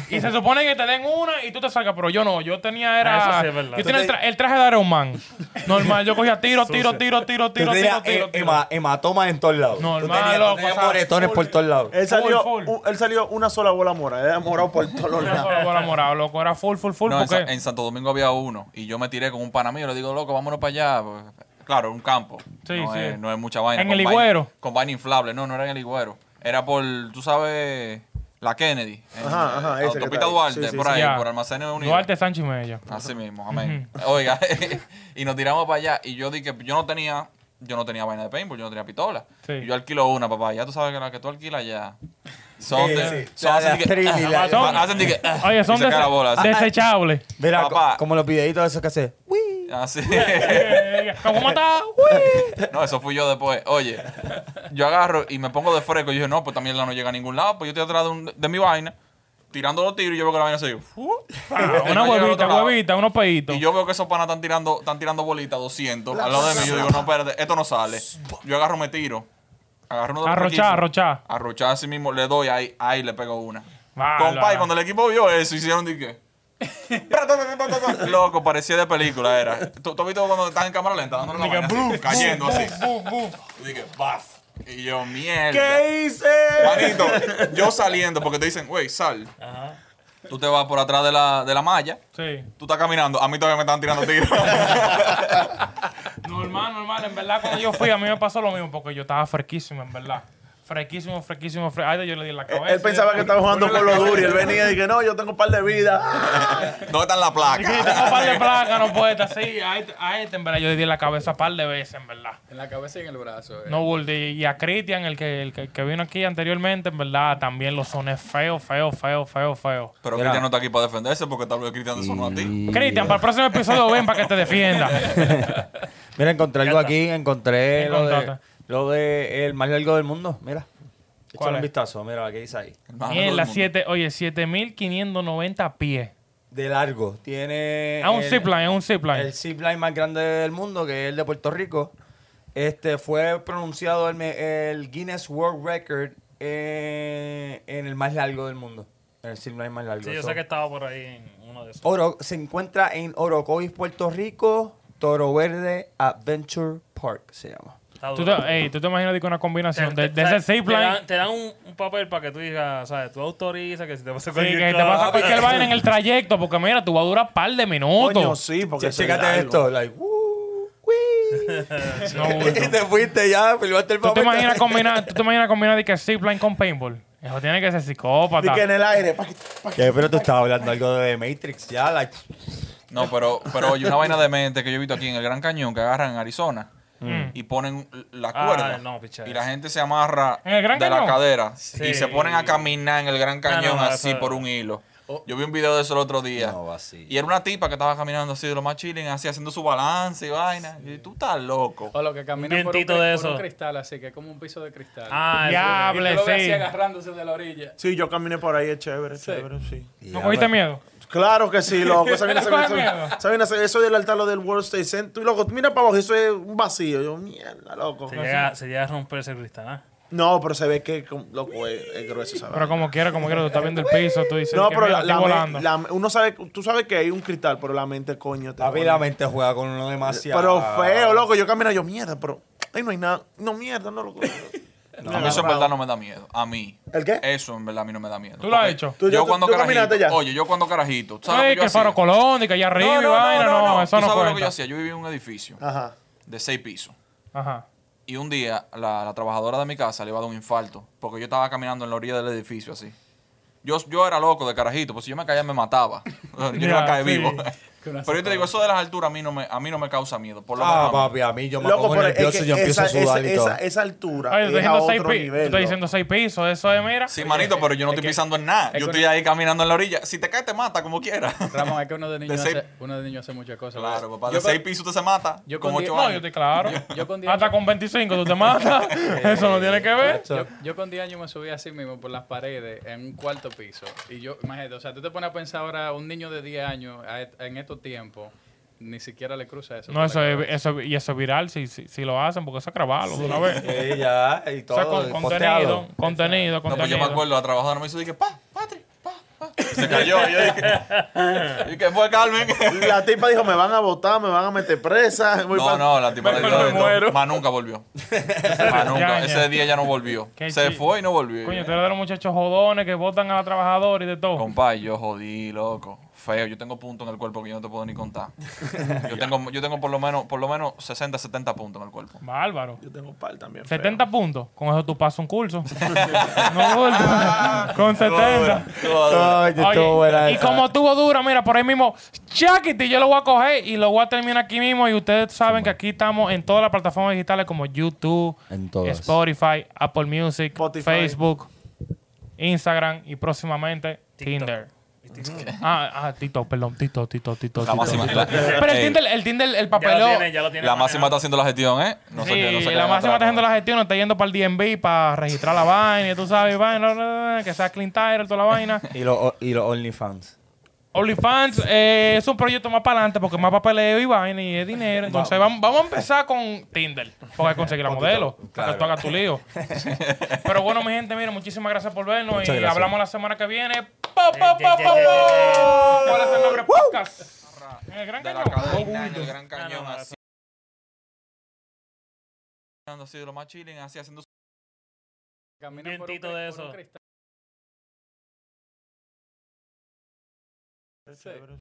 Speaker 3: Y se supone que te den una y tú te salgas, pero yo no, yo tenía
Speaker 4: Ah,
Speaker 3: era
Speaker 4: eso sí es verdad.
Speaker 3: yo tenía el, tra- el traje de Iron Man. Normal, yo cogía tiro, tiro, tiro, tiro,
Speaker 1: Tú
Speaker 3: tiro, tiro,
Speaker 1: tenías eh,
Speaker 3: tiro,
Speaker 1: he-
Speaker 3: tiro.
Speaker 1: hema- hematomas en todos lados.
Speaker 3: Normal,
Speaker 1: Tú tenías- tú
Speaker 3: loco,
Speaker 1: tenías
Speaker 3: o sea,
Speaker 1: moretones por todos lados.
Speaker 5: Él salió,
Speaker 3: Full, full.
Speaker 5: u- él salió una sola bola morada. Era morado por todos los
Speaker 3: Era
Speaker 5: lados.
Speaker 3: solo bola morada, loco, era full, full, full,
Speaker 6: No, en, Sa-
Speaker 3: porque
Speaker 6: en Santo Domingo había uno y yo me tiré con un pana mío. Le digo, loco, vámonos para allá. pues, Claro, un campo.
Speaker 3: Sí,
Speaker 6: no,
Speaker 3: sí.
Speaker 6: Es, no es mucha vaina.
Speaker 3: En
Speaker 6: con
Speaker 3: el
Speaker 6: vaina-
Speaker 3: Higüero.
Speaker 6: Con vaina inflable. No, no era en el Higüero. Era por, tú sabes, la Kennedy. En,
Speaker 5: Ajá, ajá,
Speaker 6: eh,
Speaker 5: esa que está
Speaker 6: Autopista
Speaker 5: ahí.
Speaker 6: Duarte,
Speaker 5: Sí, sí,
Speaker 6: por
Speaker 5: sí.
Speaker 6: ahí,
Speaker 3: Ya.
Speaker 6: por Almacenes Unidos.
Speaker 3: Duarte Sánchez Mella.
Speaker 6: Así mismo, amén. Oiga, y nos tiramos para allá. Y yo dije que yo no tenía, yo no tenía vaina de paintball, yo no tenía pistola.
Speaker 3: Sí.
Speaker 6: Y yo alquilo una, papá. Ya tú sabes que la que tú alquilas ya. Son
Speaker 1: Sí,
Speaker 6: de.
Speaker 1: sí.
Speaker 6: Son
Speaker 1: La-
Speaker 6: hacen
Speaker 1: las
Speaker 6: de que.
Speaker 1: trini, la-
Speaker 3: Son-
Speaker 6: Hacen de que.
Speaker 3: Oye,
Speaker 6: y
Speaker 3: son
Speaker 6: se cae la
Speaker 3: dese-
Speaker 6: bola. así.
Speaker 3: desechables.
Speaker 1: Mira, co-
Speaker 6: Papá.
Speaker 1: como los videitos esos que hace. "Wii".
Speaker 6: Así.
Speaker 3: Eh, ¿Cómo matar? Uy.
Speaker 6: Ah, No, eso fui yo después. Oye, yo agarro y me pongo de fresco. Y yo dije, no, pues también la no llega a ningún lado. Pues yo estoy atrás de, un- de mi vaina, tirando los tiros. Y yo veo que la vaina se dio.
Speaker 3: Ah, Una huevita, huevita, unos peitos.
Speaker 6: Y yo veo que esos panas están tirando, están tirando bolitas 200 al lado de mí. Yo digo, no, espérate, esto no sale. Yo agarro, me tiro. Agarro uno de los
Speaker 3: Arrochá,
Speaker 6: truquitos.
Speaker 3: arrochá.
Speaker 6: Arrochá así mismo, le doy ahí, ahí le pego una.
Speaker 3: Bárbaro.
Speaker 6: Compa, y cuando el equipo vio eso, hicieron de qué. Loco, parecía de película, era. ¿Tú, tú has visto cuando estás en cámara lenta dándole la
Speaker 3: Diga,
Speaker 6: vaina así,
Speaker 3: buf, buf,
Speaker 6: cayendo así?
Speaker 3: buf, buf, buf.
Speaker 6: Y dije, baf. Y yo, mierda.
Speaker 5: ¿Qué hice?
Speaker 6: Manito, yo saliendo, porque te dicen, wey, sal. Tú te vas por atrás de la, de la malla,
Speaker 3: Sí.
Speaker 6: tú estás caminando, a mí todavía me están tirando tiros.
Speaker 3: Normal, normal. En verdad, cuando yo fui, a mí me pasó lo mismo porque yo estaba fresquísimo, en verdad. Fresquísimo, fresquísimo, fre- Ay, yo le di en la cabeza.
Speaker 5: Él pensaba que estaba jugando con los duros y él venía y que no, yo tengo un par de vidas.
Speaker 6: ¿Dónde están la
Speaker 3: Y que tengo un
Speaker 6: placa?
Speaker 3: par de placas, no puede estar así. A este, a este, en verdad, yo le di en la cabeza un par de veces, en verdad.
Speaker 2: En la cabeza y en el brazo. eh.
Speaker 3: No Buldi. Y a Cristian, el que, el que, el que vino aquí anteriormente, en verdad, también lo soné feo, feo, feo, feo, feo.
Speaker 6: Pero Cristian no está aquí para defenderse porque tal vez Cristian te sonó a ti.
Speaker 3: Cristian, para el próximo episodio ven para que te defienda.
Speaker 1: Mira, encontré algo aquí, encontré lo de,
Speaker 3: Encontraste.
Speaker 1: lo de el más largo del mundo. Mira. Échale
Speaker 3: ¿Cuál es?
Speaker 1: un vistazo, mira lo que dice ahí.
Speaker 6: El
Speaker 3: Mierda,
Speaker 6: más largo del mundo.
Speaker 3: siete, oye, 7590 pies.
Speaker 1: De largo. Tiene.
Speaker 3: Es Ah, un
Speaker 1: el-
Speaker 3: zipline, es un zipline.
Speaker 1: El zipline más grande del mundo, que es el de Puerto Rico. Este fue pronunciado el, me- el Guinness World Record eh, en el más largo del mundo. En el zipline más largo.
Speaker 4: Sí, yo
Speaker 1: So,
Speaker 4: sé que estaba por ahí en uno de esos.
Speaker 1: Oro- se encuentra en Orocovis, Puerto Rico, Toro Verde Adventure Park se llama.
Speaker 4: Está
Speaker 3: ¿Tú,
Speaker 4: duro.
Speaker 3: te, ey, ¿Tú te imaginas de que una combinación de, de
Speaker 4: ¿sabes?
Speaker 3: ese
Speaker 4: Te
Speaker 3: zipline?
Speaker 4: dan, te dan un, un papel para que tú digas, ¿sabes? Tú autorizas que si te pasa
Speaker 3: Sí,
Speaker 4: cualquier
Speaker 3: que te
Speaker 4: cosa-
Speaker 3: vas a cualquier vaina en el trayecto, porque mira, tú vas a durar un par de
Speaker 5: Coño,
Speaker 3: minutos.
Speaker 5: sí, porque
Speaker 1: Che-
Speaker 5: eso es
Speaker 1: Chécate
Speaker 5: largo.
Speaker 1: esto, like, "Woo, wii".
Speaker 3: No,
Speaker 1: y
Speaker 3: bulto.
Speaker 1: te fuiste ya, filmaste el
Speaker 3: ¿Tú te
Speaker 1: papel.
Speaker 3: imaginas combinar, tú te imaginas combinar de que zipline con paintball? Eso tiene que ser
Speaker 5: Y
Speaker 3: psicópata.
Speaker 5: que en el aire. pa' que-
Speaker 1: ¿Qué? Pero tú estabas hablando algo de Matrix ya, like,
Speaker 3: Eh.
Speaker 6: No, pero, pero hay una vaina de mente que yo he visto aquí en el Gran Cañón que agarran en Arizona y ponen la
Speaker 4: Mm. Ah,
Speaker 6: cuerda.
Speaker 4: no, picha,
Speaker 6: y la gente se amarra
Speaker 3: ¿En el Gran
Speaker 6: de
Speaker 3: Cañón?
Speaker 6: la cadera
Speaker 4: Sí. Ah,
Speaker 6: y se ponen a caminar en el Gran Cañón
Speaker 4: no,
Speaker 6: así
Speaker 4: eso- Oh.
Speaker 6: por un hilo. Yo vi un video de eso el otro día.
Speaker 1: No, así.
Speaker 6: Y era una tipa que estaba caminando así de lo más chilling, así haciendo su balance y vaina. Y yo, tú estás loco.
Speaker 2: O lo que camina por un,
Speaker 4: vientito
Speaker 2: cri-
Speaker 4: de
Speaker 2: por un
Speaker 4: eso.
Speaker 2: cristal, así que es como un piso de cristal.
Speaker 4: Ah,
Speaker 3: Ya. pues
Speaker 4: ya.
Speaker 2: y tú lo ves
Speaker 3: hable, sí.
Speaker 2: así agarrándose de la orilla.
Speaker 5: Sí, yo caminé por ahí, es chévere, chévere, sí.
Speaker 3: ¿No cogiste miedo?
Speaker 5: Claro que sí, loco. Esa vaina
Speaker 3: ¿No
Speaker 5: se ve-
Speaker 3: coges
Speaker 5: se ve-
Speaker 3: miedo?
Speaker 5: esa vaina se- eso del altar lo del World State Center. Y loco, mira para abajo, eso es un vacío. Yo, mierda, loco.
Speaker 3: eh.
Speaker 4: Se llega, se llega a romper ese cristal. ¿ah?
Speaker 5: No, pero se ve que, como- loco, es, es grueso esa
Speaker 3: Pero
Speaker 5: vaina.
Speaker 3: como quiera, como quiera, tú estás viendo el piso, tú dices,
Speaker 5: No,
Speaker 3: que
Speaker 5: pero
Speaker 3: mira,
Speaker 5: la,
Speaker 3: estoy
Speaker 5: la me-
Speaker 3: volando.
Speaker 5: la- uno sabe, tú sabes que hay un cristal, pero la mente, coño, te
Speaker 1: Papi,
Speaker 5: pone-
Speaker 1: la mente juega con uno demasiado.
Speaker 5: Pero feo, loco. Yo camino, yo, mierda, pero ahí no hay nada. No, mierda, no, loco.
Speaker 6: a mí eso en verdad no me da miedo. A mí.
Speaker 5: ¿El qué?
Speaker 6: Eso en verdad a mí no me da miedo.
Speaker 3: ¿Tú lo has
Speaker 6: Porque
Speaker 3: hecho?
Speaker 5: ¿Tú-
Speaker 6: yo
Speaker 5: tú-
Speaker 6: cuando
Speaker 5: tú
Speaker 6: carajito.
Speaker 5: caminaste ya?
Speaker 6: Oye, yo cuando carajito. ¿tú ¿Sabes lo
Speaker 3: Ey,
Speaker 6: que yo
Speaker 3: que el faro
Speaker 6: hacía?
Speaker 3: Colón, y que allá arriba y vaina, no, eso
Speaker 6: ¿Tú
Speaker 3: no
Speaker 6: sabes lo que yo
Speaker 3: cuenta.
Speaker 6: hacía? Yo vivía en un edificio
Speaker 5: Ajá.
Speaker 6: de seis pisos.
Speaker 3: Ajá.
Speaker 6: Y un día la, la trabajadora de mi casa le iba a dar un infarto porque yo estaba caminando en la orilla del edificio así. Yo, yo era loco de carajito, pues si yo me caía me mataba. Yo no iba
Speaker 3: Ya,
Speaker 6: a caer
Speaker 3: sí.
Speaker 6: vivo.
Speaker 2: Que una
Speaker 6: Pero yo te digo, eso de las alturas a mí no me, a mí no me causa miedo. Por lo
Speaker 1: Ah,
Speaker 6: menos a mí.
Speaker 1: papi, a mí yo me
Speaker 5: Loco,
Speaker 1: pongo
Speaker 5: pero es
Speaker 1: nervioso
Speaker 5: que
Speaker 1: y yo empiezo
Speaker 5: esa,
Speaker 1: a sudar
Speaker 5: esa-
Speaker 1: y todo.
Speaker 5: esa- esa altura
Speaker 3: Oye, tú estás
Speaker 5: es a
Speaker 3: diciendo seis
Speaker 5: otro
Speaker 3: pisos. Tú
Speaker 5: nivel.
Speaker 3: estás
Speaker 5: loco.
Speaker 3: diciendo seis pisos, eso es, mira.
Speaker 6: Sí, manito, pero yo no
Speaker 2: es
Speaker 6: estoy
Speaker 2: que-
Speaker 6: pisando en nada.
Speaker 2: es
Speaker 6: Yo
Speaker 2: que
Speaker 6: estoy
Speaker 2: una-
Speaker 6: ahí caminando en la orilla. Si te caes, te mata como quieras.
Speaker 2: Ramón, es que uno de niño,
Speaker 6: seis-
Speaker 2: hace, uno de niño hace muchas cosas.
Speaker 6: Claro,
Speaker 2: ¿verdad?
Speaker 6: papá,
Speaker 2: Yo
Speaker 6: de
Speaker 2: con-
Speaker 6: seis pisos te se mata.
Speaker 2: yo
Speaker 6: con
Speaker 2: con
Speaker 6: ocho
Speaker 2: diez-
Speaker 3: No,
Speaker 6: años.
Speaker 3: yo te claro.
Speaker 2: yo con diez
Speaker 3: Hasta
Speaker 2: años-
Speaker 3: con 25 tú Ah, te matas. Eso no tiene que ver.
Speaker 2: Yo, yo con 10 años me subí así mismo por las paredes en un cuarto piso. Y yo, imagínate, o sea, tú te pones a pensar ahora, un niño de 10 años a et- en estos tiempos, ni siquiera le cruza eso. por
Speaker 3: No,
Speaker 2: la
Speaker 3: eso es,
Speaker 2: cabeza.
Speaker 3: eso, y eso es viral si, si, si lo hacen, porque eso es grabarlo de una vez.
Speaker 1: Sí, ya, y
Speaker 3: O
Speaker 1: todo.
Speaker 3: sea, con,
Speaker 1: posteado.
Speaker 3: contenido, contenido,
Speaker 6: No, pues yo
Speaker 3: contenido.
Speaker 6: me acuerdo, la trabajadora me hizo, dije, pa, Patri, pa, pa. Se cayó. y yo dije, ¿y qué fue, Carmen?
Speaker 5: La tipa dijo, me van a votar, me van a meter presa. voy
Speaker 6: No,
Speaker 5: pa-
Speaker 6: no, la tipa
Speaker 3: Me-
Speaker 6: le
Speaker 3: me
Speaker 6: dio de todo.
Speaker 3: muero.
Speaker 6: Más nunca volvió. Más nunca.
Speaker 3: Ya, ya.
Speaker 6: Ese día ya no volvió.
Speaker 3: Qué
Speaker 6: Se
Speaker 3: chi-
Speaker 6: fue y no volvió.
Speaker 3: Coño, tú eres de los muchachos jodones que votan a la trabajadora y de todo.
Speaker 6: Compa, yo jodí, loco. Feo, yo tengo puntos en el cuerpo que yo no te puedo ni contar. Yo tengo, yo tengo por lo menos, por lo menos 60, 70 puntos en el cuerpo.
Speaker 3: Bárbaro.
Speaker 5: Yo tengo par también. feo.
Speaker 3: 70 puntos. Con eso tú pasas un curso. no duda. Con 70.
Speaker 6: Todo duro.
Speaker 1: Ay, yo
Speaker 3: Oye,
Speaker 1: estuvo buena
Speaker 3: y
Speaker 1: esa.
Speaker 3: como estuvo dura, mira, por ahí mismo, chaquiti, yo lo voy a coger y lo voy a terminar aquí mismo. Y ustedes saben que aquí estamos en todas las plataformas digitales como YouTube,
Speaker 1: En todas.
Speaker 3: Spotify, Apple Music,
Speaker 5: Spotify.
Speaker 3: Facebook, Instagram y próximamente Tinder. Ah, ah, TikTok, perdón, TikTok, TikTok, TikTok.
Speaker 6: La
Speaker 3: TikTok,
Speaker 6: máxima-
Speaker 3: TikTok.
Speaker 6: la-
Speaker 3: Pero el
Speaker 6: Ey.
Speaker 3: Tinder, el Tinder, el
Speaker 4: Ya
Speaker 3: papelón.
Speaker 4: lo tiene, ya lo tiene.
Speaker 6: La máxima está haciendo la gestión, ¿eh? No
Speaker 3: Sí,
Speaker 6: sé qué, no sé qué.
Speaker 3: la máxima está haciendo la gestión, está yendo para el DMV para registrar la vaina, y tú sabes, vaina, bla, bla, bla, que sea clean tire, toda la vaina.
Speaker 1: Y los y los OnlyFans.
Speaker 3: OnlyFans eh, es un proyecto más para adelante porque más papeleo y vaina y es dinero. Entonces vamos, vamos a empezar con Tinder porque hay que conseguir la modelo. Para que tú hagas tu lío. Pero bueno, mi gente, mira, muchísimas gracias por vernos y hablamos la semana que viene. ¡Pa, pa, pa, pa, pa! ¿Cuál es el nombre del podcast? El Gran
Speaker 6: de la
Speaker 3: Cañón.
Speaker 6: cadena en el Gran Cañón.
Speaker 3: Ah,
Speaker 4: no,
Speaker 6: así. Hablando así de lo más chilling, así haciendo su-
Speaker 2: Camina
Speaker 4: Un
Speaker 2: por
Speaker 4: vientito
Speaker 2: cri-
Speaker 4: de
Speaker 2: por
Speaker 4: eso.
Speaker 2: cristal. Sí.